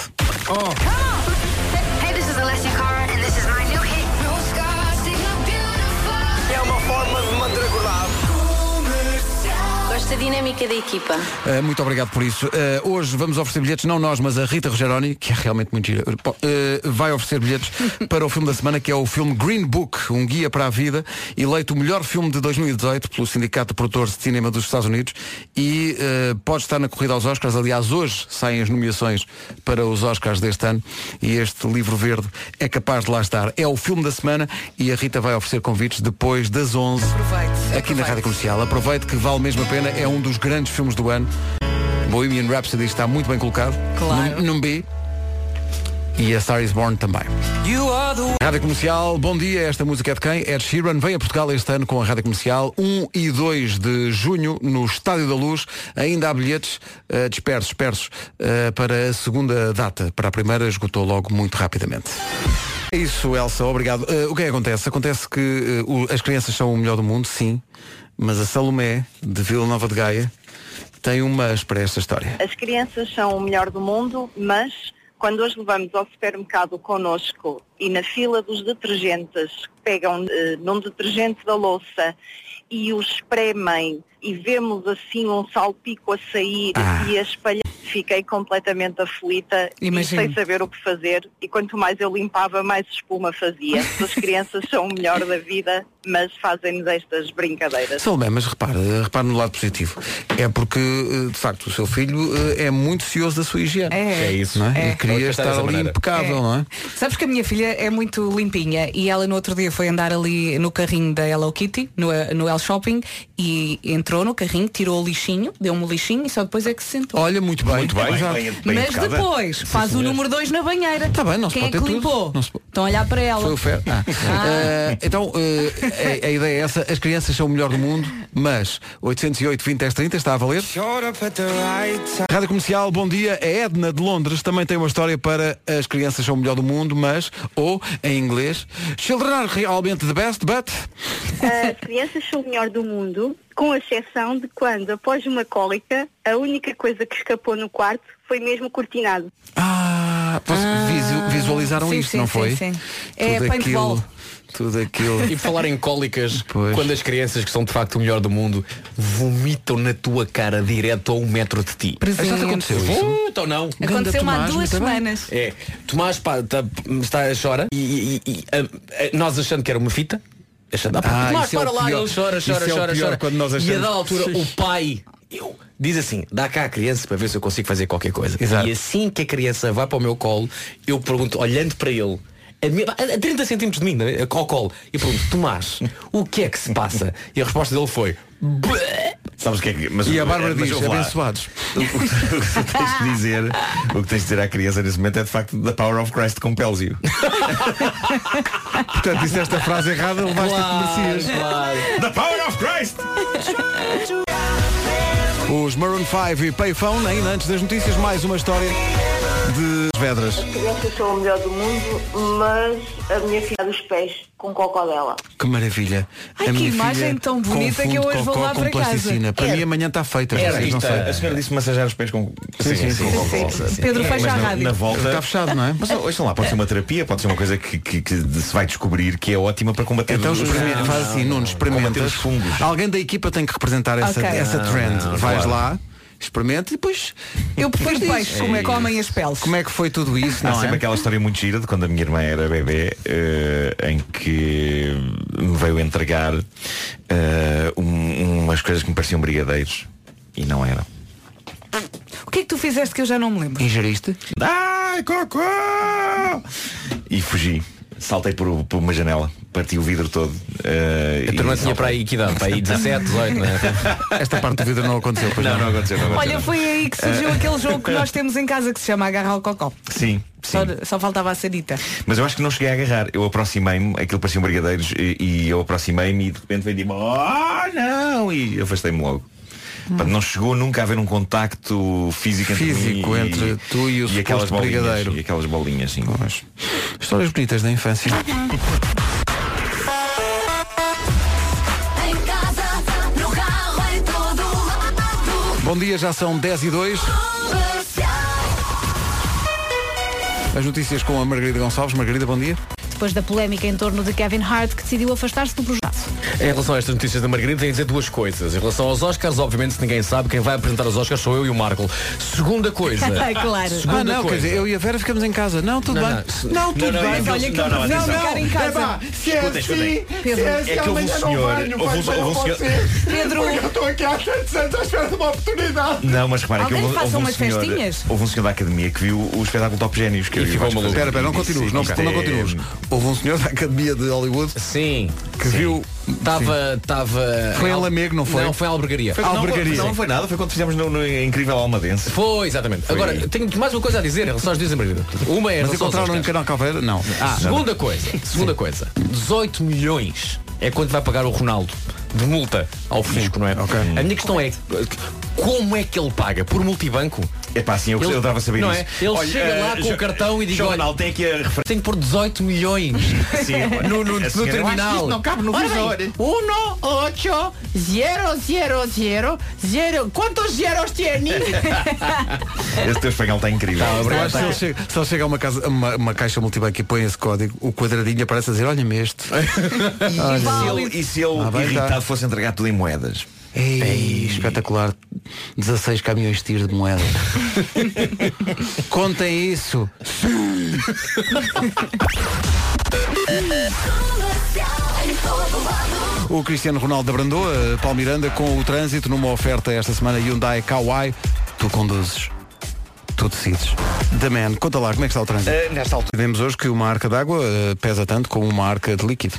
Speaker 10: Hey, this is Alessia Cara and this is my new hit. No scars, sing a beautiful. É uma forma de mandragorar. Gosto da dinâmica da equipa.
Speaker 1: Uh, muito obrigado por isso. Uh, hoje vamos oferecer bilhetes, não nós, mas a Rita Rogeroni, que é realmente muito gira, uh, po- uh, vai oferecer bilhetes para o filme da semana, que é o filme Green Book, um guia para a vida, eleito o melhor filme de 2018 pelo Sindicato de Produtores de Cinema dos Estados Unidos e uh, pode estar na corrida aos Oscars. Aliás, hoje saem as nomeações para os Oscars deste ano e este livro verde é capaz de lá estar. É o filme da semana e a Rita vai oferecer convites depois das 11 aqui na Rádio Comercial. Aproveite que vale mesmo a pena, é um dos grandes filmes do ano. Bohemian Rhapsody está muito bem colocado. Claro. Num, num B. E a Star is Born também. Rádio Comercial, bom dia. Esta música é de quem? Ed Sheeran vem a Portugal este ano com a Rádio Comercial 1 e 2 de junho no Estádio da Luz. Ainda há bilhetes eh, dispersos, dispersos eh, para a segunda data. Para a primeira esgotou logo muito rapidamente. É isso, Elsa, obrigado. Eh, o que é que acontece? Acontece que eh, o- as crianças são o melhor do mundo, sim, mas a Salomé, de Vila Nova de Gaia, tem umas para esta história.
Speaker 13: As crianças são o melhor do mundo, mas quando as levamos ao supermercado connosco e na fila dos detergentes, que pegam eh, num detergente da louça e o espremem e vemos assim um salpico a sair e a espalhar, fiquei completamente aflita
Speaker 2: Imagino.
Speaker 13: e sem saber o que fazer. E quanto mais eu limpava, mais espuma fazia. As crianças são o melhor da vida, mas fazem-nos estas brincadeiras.
Speaker 1: Salomé, mas repara, repara no lado positivo. É porque, eh, de facto, o seu filho eh, é muito cioso da sua higiene.
Speaker 2: É. É
Speaker 1: isso, não é?
Speaker 2: É.
Speaker 1: E queria
Speaker 2: Pode estar
Speaker 1: estar ali
Speaker 2: dessa maneira.
Speaker 1: impecável,
Speaker 2: É.
Speaker 1: não é?
Speaker 2: Sabes que a minha filha é muito limpinha e ela no outro dia foi andar ali no carrinho da Hello Kitty, no, no El Shopping, e entrou no carrinho, tirou o lixinho, deu-me o lixinho e só depois é que se sentou.
Speaker 1: Olha, muito bem. Muito
Speaker 11: bem,
Speaker 1: exato.
Speaker 11: bem- bem
Speaker 2: Mas depois faz o número 2 na banheira. Tá
Speaker 1: bem, não se
Speaker 2: Quem
Speaker 1: pode
Speaker 2: é
Speaker 1: ter
Speaker 2: que
Speaker 1: tudo.
Speaker 2: limpou?
Speaker 1: Não se po-
Speaker 2: Estão a olhar para ela.
Speaker 1: Foi o Fer. Ah. Eh, então, eh, a, a ideia é essa. As crianças são o melhor do mundo, mas 808 20 10 30 está a valer. Rádio Comercial, bom dia. A Edna de Londres também tem uma história para as crianças são o melhor do mundo, mas, ou, em inglês, children are realmente the best, but...
Speaker 14: As crianças são o melhor do mundo, com exceção de quando, após uma cólica, a única coisa que escapou no quarto foi mesmo o cortinado.
Speaker 1: Ah, vocês visu- visualizaram
Speaker 14: sim,
Speaker 1: isto,
Speaker 14: sim,
Speaker 1: não
Speaker 14: sim,
Speaker 1: foi?
Speaker 14: sim.
Speaker 2: É
Speaker 1: tudo
Speaker 2: paintball.
Speaker 1: aquilo, tudo aquilo.
Speaker 4: E por falar em cólicas, quando as crianças que são de facto o melhor do mundo vomitam na tua cara direto a um metro de ti.
Speaker 2: Presente.
Speaker 4: Já te aconteceu isso? Então não.
Speaker 2: Aconteceu-me há duas semanas.
Speaker 4: É, Tomás pá, tá- está, chora e, e- e, ah, ah, nós achando que era uma fita. Achando, ah, pá,
Speaker 1: Ah,
Speaker 4: Tomás,
Speaker 1: isso é o
Speaker 4: para lá,
Speaker 1: pior.
Speaker 4: ele chora,
Speaker 1: Isso
Speaker 4: chora,
Speaker 1: é o
Speaker 4: chora,
Speaker 1: pior
Speaker 4: chora.
Speaker 1: quando nós
Speaker 4: E a
Speaker 1: achamos-
Speaker 4: dada altura o
Speaker 1: Sim.
Speaker 4: pai eu, diz assim, dá cá à criança para ver se eu consigo fazer qualquer coisa. E assim que a criança vai para o meu colo, eu pergunto, olhando para ele, a, mi- a 30 centímetros de mim, né, é ao colo, e pergunto, Tomás, o que é que se passa? E a resposta dele foi, "Bleh."
Speaker 11: Sabes o que é que.
Speaker 1: E a Bárbara diz,
Speaker 11: ouve lá.
Speaker 1: "Abençoados."
Speaker 11: O, o- o que tens de dizer, o que tens de dizer à criança nesse momento é de facto The Power of Christ compels-you.
Speaker 1: Portanto, disseste a frase errada, levaste a que merecias.
Speaker 11: The Power of Christ!
Speaker 1: Os Maroon 5 e Payphone, ainda antes das notícias, mais uma história de Vedras.
Speaker 15: crianças são o melhor do mundo, mas a minha filha é dos pés com cocó dela.
Speaker 1: Que maravilha.
Speaker 15: Ai, que imagem tão bonita
Speaker 1: confunde
Speaker 15: que eu hoje vou
Speaker 1: cocó
Speaker 15: lá
Speaker 1: com
Speaker 15: para casa.
Speaker 1: plasticina. Para
Speaker 15: Era.
Speaker 1: mim amanhã está feita.
Speaker 11: Era
Speaker 1: vocês não
Speaker 11: isto,
Speaker 1: sabem.
Speaker 11: a senhora disse massagear os pés com.
Speaker 1: Sim, sim, sim,
Speaker 11: com
Speaker 1: sim,
Speaker 11: cola.
Speaker 1: sim. Pedro, fecha
Speaker 11: Mas
Speaker 1: a
Speaker 11: na-
Speaker 1: rádio.
Speaker 11: Na volta.
Speaker 1: Está fechado, não é?
Speaker 11: Mas oh, ouçam lá, pode ser uma terapia, pode ser uma coisa que, que- que se vai descobrir que é ótima para combater
Speaker 1: Então
Speaker 11: os
Speaker 1: experimenta, faz assim, Nuno,
Speaker 11: Combater
Speaker 1: experimenta.
Speaker 11: os fungos.
Speaker 1: Alguém da equipa tem que representar essa,
Speaker 2: Ok.
Speaker 1: essa
Speaker 11: Não,
Speaker 1: trend.
Speaker 11: não,
Speaker 1: Vais
Speaker 11: claro.
Speaker 1: lá, experimenta e depois.
Speaker 2: Eu depois
Speaker 1: dizes
Speaker 2: deixo como é que comem as peles.
Speaker 1: Como é que foi tudo isso?
Speaker 11: Há
Speaker 1: Não
Speaker 11: sempre
Speaker 1: é?
Speaker 11: aquela história muito gira de quando a minha irmã era bebê, eh, em que eh, me veio entregar eh, um- umas coisas que me pareciam brigadeiros e não eram.
Speaker 2: O que é que tu fizeste que eu já não me lembro?
Speaker 1: Ingeriste?
Speaker 11: Ai, cocô! E fugi. Saltei por, por uma janela, parti o vidro todo. eh,
Speaker 4: A tua irmã
Speaker 11: e-
Speaker 4: tinha para aí que idade? Para aí 17, 18, não é?
Speaker 1: Esta parte do vidro não aconteceu, pois
Speaker 11: não, não aconteceu. Não aconteceu
Speaker 2: Olha, foi aí que surgiu aquele jogo que nós temos em casa que se chama Agarrar o Cocó.
Speaker 11: Eh, Sim,
Speaker 2: Só, só faltava a Sarita.
Speaker 11: mas eu acho que não cheguei a agarrar. Eu aproximei-me, aquilo parecia um brigadeiros, e, e eu aproximei-me e de repente veio de oh não! E afastei-me logo. Portanto, não chegou nunca a haver um contacto físico,
Speaker 1: Físico
Speaker 11: entre, mim
Speaker 1: entre tu e o suposto
Speaker 11: aquelas bolinhas,
Speaker 1: brigadeiro.
Speaker 11: E aquelas bolinhas, sim.
Speaker 1: Histórias bonitas da infância.
Speaker 10: Em casa, no carro, em todo lado.
Speaker 1: Bom dia, já são 10 e 2. As notícias com a Margarida Gonçalves. Margarida, bom dia.
Speaker 9: Depois da polémica em torno de Kevin Hart, que decidiu afastar-se do projeto.
Speaker 4: Em relação a estas notícias da Margarida, tenho a dizer duas coisas. Em relação aos Oscars, obviamente, se ninguém sabe, quem vai apresentar os Oscars sou eu e o Marco. Segunda coisa.
Speaker 11: é.
Speaker 4: Segunda
Speaker 1: Ah, não, quer
Speaker 4: coisa.
Speaker 1: dizer, eu e a Vera ficamos em casa. Não, tudo
Speaker 4: Não,
Speaker 1: bem.
Speaker 4: não, se-
Speaker 1: Não, tudo
Speaker 4: não, não,
Speaker 1: bem.
Speaker 4: é que eles- não, não, atenção.
Speaker 1: Epá, se é
Speaker 11: Escutem, escutem.
Speaker 1: assim, se é assim,
Speaker 11: É que houve um
Speaker 1: amanhã não
Speaker 11: senhor-
Speaker 1: venho,
Speaker 11: houve um-
Speaker 1: vai,
Speaker 11: houve um
Speaker 1: vai,
Speaker 11: senhor-
Speaker 1: vocês.
Speaker 2: Pedro.
Speaker 1: Porque eu estou aqui há tantos anos à espera de uma oportunidade.
Speaker 11: Não, mas repara que
Speaker 1: Alguém
Speaker 11: houve,
Speaker 1: faça
Speaker 11: houve um
Speaker 1: umas
Speaker 11: senhor,
Speaker 1: festinhas?
Speaker 11: houve um senhor da academia que viu o espetáculo Top Génios. Que eu e o Vasco fazemos.
Speaker 1: Espera, espera, não
Speaker 11: E disse,
Speaker 1: continues, não,
Speaker 11: isto
Speaker 1: não
Speaker 11: é-
Speaker 1: continues. Houve um senhor da Academia de Hollywood
Speaker 4: Sim,
Speaker 1: que viu.
Speaker 4: Estava. Estava.
Speaker 1: Foi em Lamego, não foi?
Speaker 4: Não, foi em Albergaria.
Speaker 1: Foi, não, Albergaria.
Speaker 11: Não foi nada, foi quando fizemos no, no Incrível Almadense.
Speaker 4: Foi, exatamente. Agora, tenho mais uma coisa a dizer em relação às notícias da Margarida. Uma é em relação
Speaker 1: Mas
Speaker 4: aos
Speaker 1: encontraram no
Speaker 11: um
Speaker 4: Oscars.
Speaker 1: canal Calveira? Não.
Speaker 4: Ah, segunda coisa, segunda coisa. 18 milhões é quanto vai pagar o Ronaldo de multa ao fisco, não é? A minha questão é como é que ele paga? Por multibanco?
Speaker 11: É pá, sim, eu,
Speaker 4: Ele-
Speaker 11: eu dava a saber
Speaker 4: não
Speaker 11: isso.
Speaker 4: é? Ele
Speaker 11: Olha,
Speaker 4: chega lá
Speaker 11: eh,
Speaker 4: com
Speaker 11: Jo-
Speaker 4: o cartão e diz,
Speaker 11: Jo
Speaker 4: olha,
Speaker 11: Ronaldo tem aqui a referência.
Speaker 4: tenho que pôr 18 milhões
Speaker 11: Sim, é.
Speaker 4: no, no, no
Speaker 11: A senhora- Eu acho que
Speaker 4: terminal.
Speaker 11: isto não cabe no
Speaker 4: Ora
Speaker 11: visor.
Speaker 4: bem,
Speaker 16: 1, 8, 0, 0, 0, 0. ¿Cuántos ceros tiene?
Speaker 11: Esse teu espanhol está tá incrível.
Speaker 1: Eu acho que se ele é chega, se ele chega a uma, casa, a uma, uma caixa multibanco e põe esse código, o quadradinho aparece a dizer, olha-me este.
Speaker 11: E se ele, e se ele É
Speaker 1: Ah, bem,
Speaker 11: irritado
Speaker 1: tá. É
Speaker 11: fosse entregar tudo em moedas?
Speaker 1: Ei, espetacular. 16 caminhões de tiro de moeda. Contem isso. O Cristiano Ronaldo abrandou a Paulo Miranda com o trânsito numa oferta esta semana Hyundai Kauai. Tu conduzes. Tu decides. The Man, conta lá, como é que está o trânsito?
Speaker 2: Eh,
Speaker 3: nesta altura.
Speaker 1: Vemos hoje que uma arca d'água eh, pesa tanto como uma arca de líquido.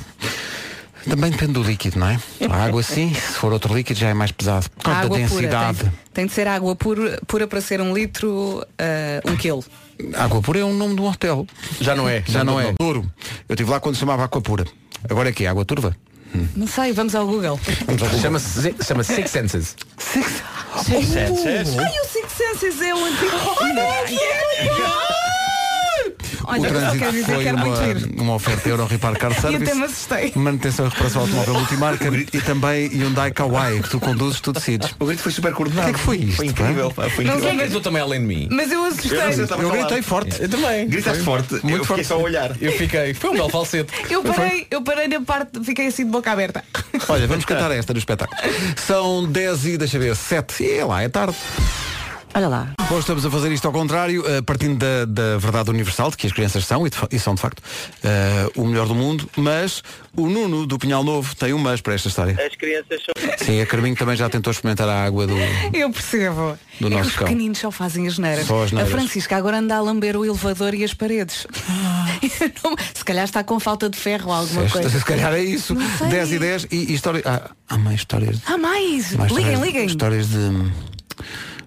Speaker 1: Também depende do líquido, não é? A água sim, se for outro líquido já é mais pesado.
Speaker 2: A
Speaker 1: Por causa da
Speaker 2: água
Speaker 1: densidade.
Speaker 2: pura. Tem, tem de ser água pura, pura para ser um litro, ah, um quilo.
Speaker 1: Água Pura é um nome de um hotel.
Speaker 4: Já não é.
Speaker 1: Já não é. Douro. Eu estive lá quando se chamava Água Pura. Agora é que é Água Turva.
Speaker 2: Não sei, vamos ao Google.
Speaker 4: Chama-se chama Six Senses.
Speaker 2: Six
Speaker 4: Senses.
Speaker 2: Uh! Ai, o Six Senses é o antigo. Olha, que
Speaker 1: O
Speaker 2: Olha, só
Speaker 1: trânsito
Speaker 2: quero dizer que
Speaker 1: foi
Speaker 2: era muito giro.
Speaker 1: uma, uma oferta Euro Repar Car
Speaker 2: Eu
Speaker 1: Service.
Speaker 2: até me assustei.
Speaker 1: Manutenção e reparação automóvel multimarca e também Hyundai Kauai, que tu conduzes, tu decides.
Speaker 11: O grito foi super coordenado.
Speaker 1: O que é que foi isto? Foi
Speaker 11: incrível, pá, foi
Speaker 4: Não sei, gritou também além de mim.
Speaker 2: Mas eu assustei. Eu,
Speaker 1: Eu gritei forte.
Speaker 4: Eu também.
Speaker 11: Gritaste forte. Muito eu forte. só a olhar.
Speaker 4: Eu fiquei. Foi um belo falsete.
Speaker 2: parei, eu parei na parte, fiquei assim de boca aberta.
Speaker 1: Olha, vamos cantar esta no espetáculo. São 10 e, deixa ver, 7. E é lá, é tarde.
Speaker 2: Olha lá.
Speaker 1: Bom, estamos a fazer isto ao contrário, eh, partindo da, da verdade universal, de que as crianças são, e, de fa- e são de facto, eh, o melhor do mundo, mas o Nuno do Pinhal Novo tem um mas para esta história.
Speaker 17: As crianças são.
Speaker 1: Sim, a Carminho também já tentou experimentar a água do.
Speaker 2: Eu percebo.
Speaker 1: Do
Speaker 2: é que
Speaker 1: nosso
Speaker 2: os
Speaker 1: cão.
Speaker 2: pequeninos só fazem as neiras.
Speaker 1: Só as
Speaker 2: A
Speaker 1: neiras.
Speaker 2: Francisca agora anda a lamber o elevador e as paredes. Eu não- Se calhar está com falta de ferro ou alguma
Speaker 1: Esta-
Speaker 2: coisa.
Speaker 1: Se calhar é isso.
Speaker 2: Não sei.
Speaker 1: 10 e 10 e, e história. Ah, há mais histórias.
Speaker 2: Ah, mais!
Speaker 1: mais
Speaker 2: liguem,
Speaker 1: histórias-
Speaker 2: liguem.
Speaker 1: Histórias de. hum,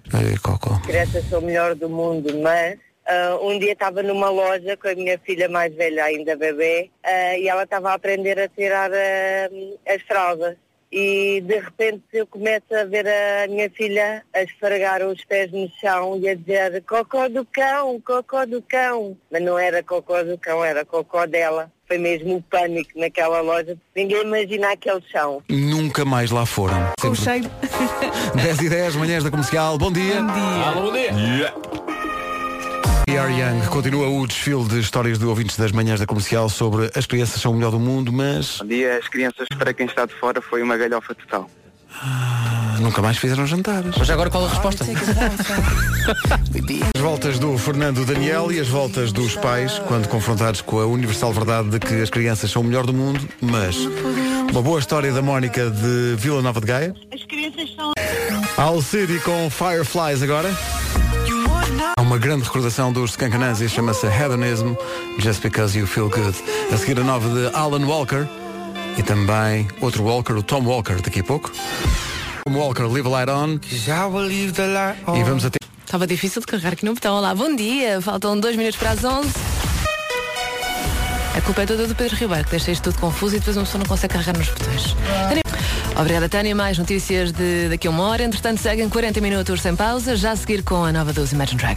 Speaker 1: história de Coco.
Speaker 15: crianças são o melhor do mundo, mas ah, um dia estava numa loja com a minha filha mais velha ainda, bebê, ah, e ela estava a aprender a tirar ah, as fraldas. E de repente eu começo a ver a minha filha a esfregar os pés no chão e a dizer cocó do cão, cocó do cão. Mas não era cocó do cão, era cocó dela. Foi mesmo um pânico naquela loja. Ninguém imagina aquele chão.
Speaker 1: Nunca mais lá foram.
Speaker 15: Com
Speaker 1: Sempre- 10 e 10, manhãs da comercial. Bom dia. Bom dia.
Speaker 4: bom dia.
Speaker 1: E.R. Young continua o desfile de histórias de ouvintes das manhãs da comercial sobre as crianças são o melhor do mundo, mas
Speaker 17: Bom dia, as crianças, para quem está de fora, foi uma galhofa total.
Speaker 1: ah, nunca mais fizeram jantares. Mas
Speaker 4: agora qual a resposta?
Speaker 1: As voltas do Fernando Daniel e as voltas dos pais quando confrontados com a universal verdade de que as crianças são o melhor do mundo, mas uma boa história da Mónica de Vila Nova de Gaia.
Speaker 10: As crianças são.
Speaker 1: Alcide com Fireflies agora. Há uma grande recordação dos Skankanazis e chama-se Hedonism, Just Because You Feel Good. A seguir a nova de Alan Walker e também outro Walker, o Tom Walker, daqui a pouco. Tom Walker, Live a Light On. E vamos até.
Speaker 18: Estava difícil de carregar aqui no botão. Olá, bom dia. Faltam dois minutos para as 11. A culpa é toda do Pedro Ribeiro, que deixa isto tudo confuso e depois uma pessoa não consegue carregar nos botões. Tânia- Obrigada, Tânia. Mais notícias de daqui a uma hora. Entretanto, seguem 40 minutos sem pausa, já a seguir com a nova dos Imagine Dragons.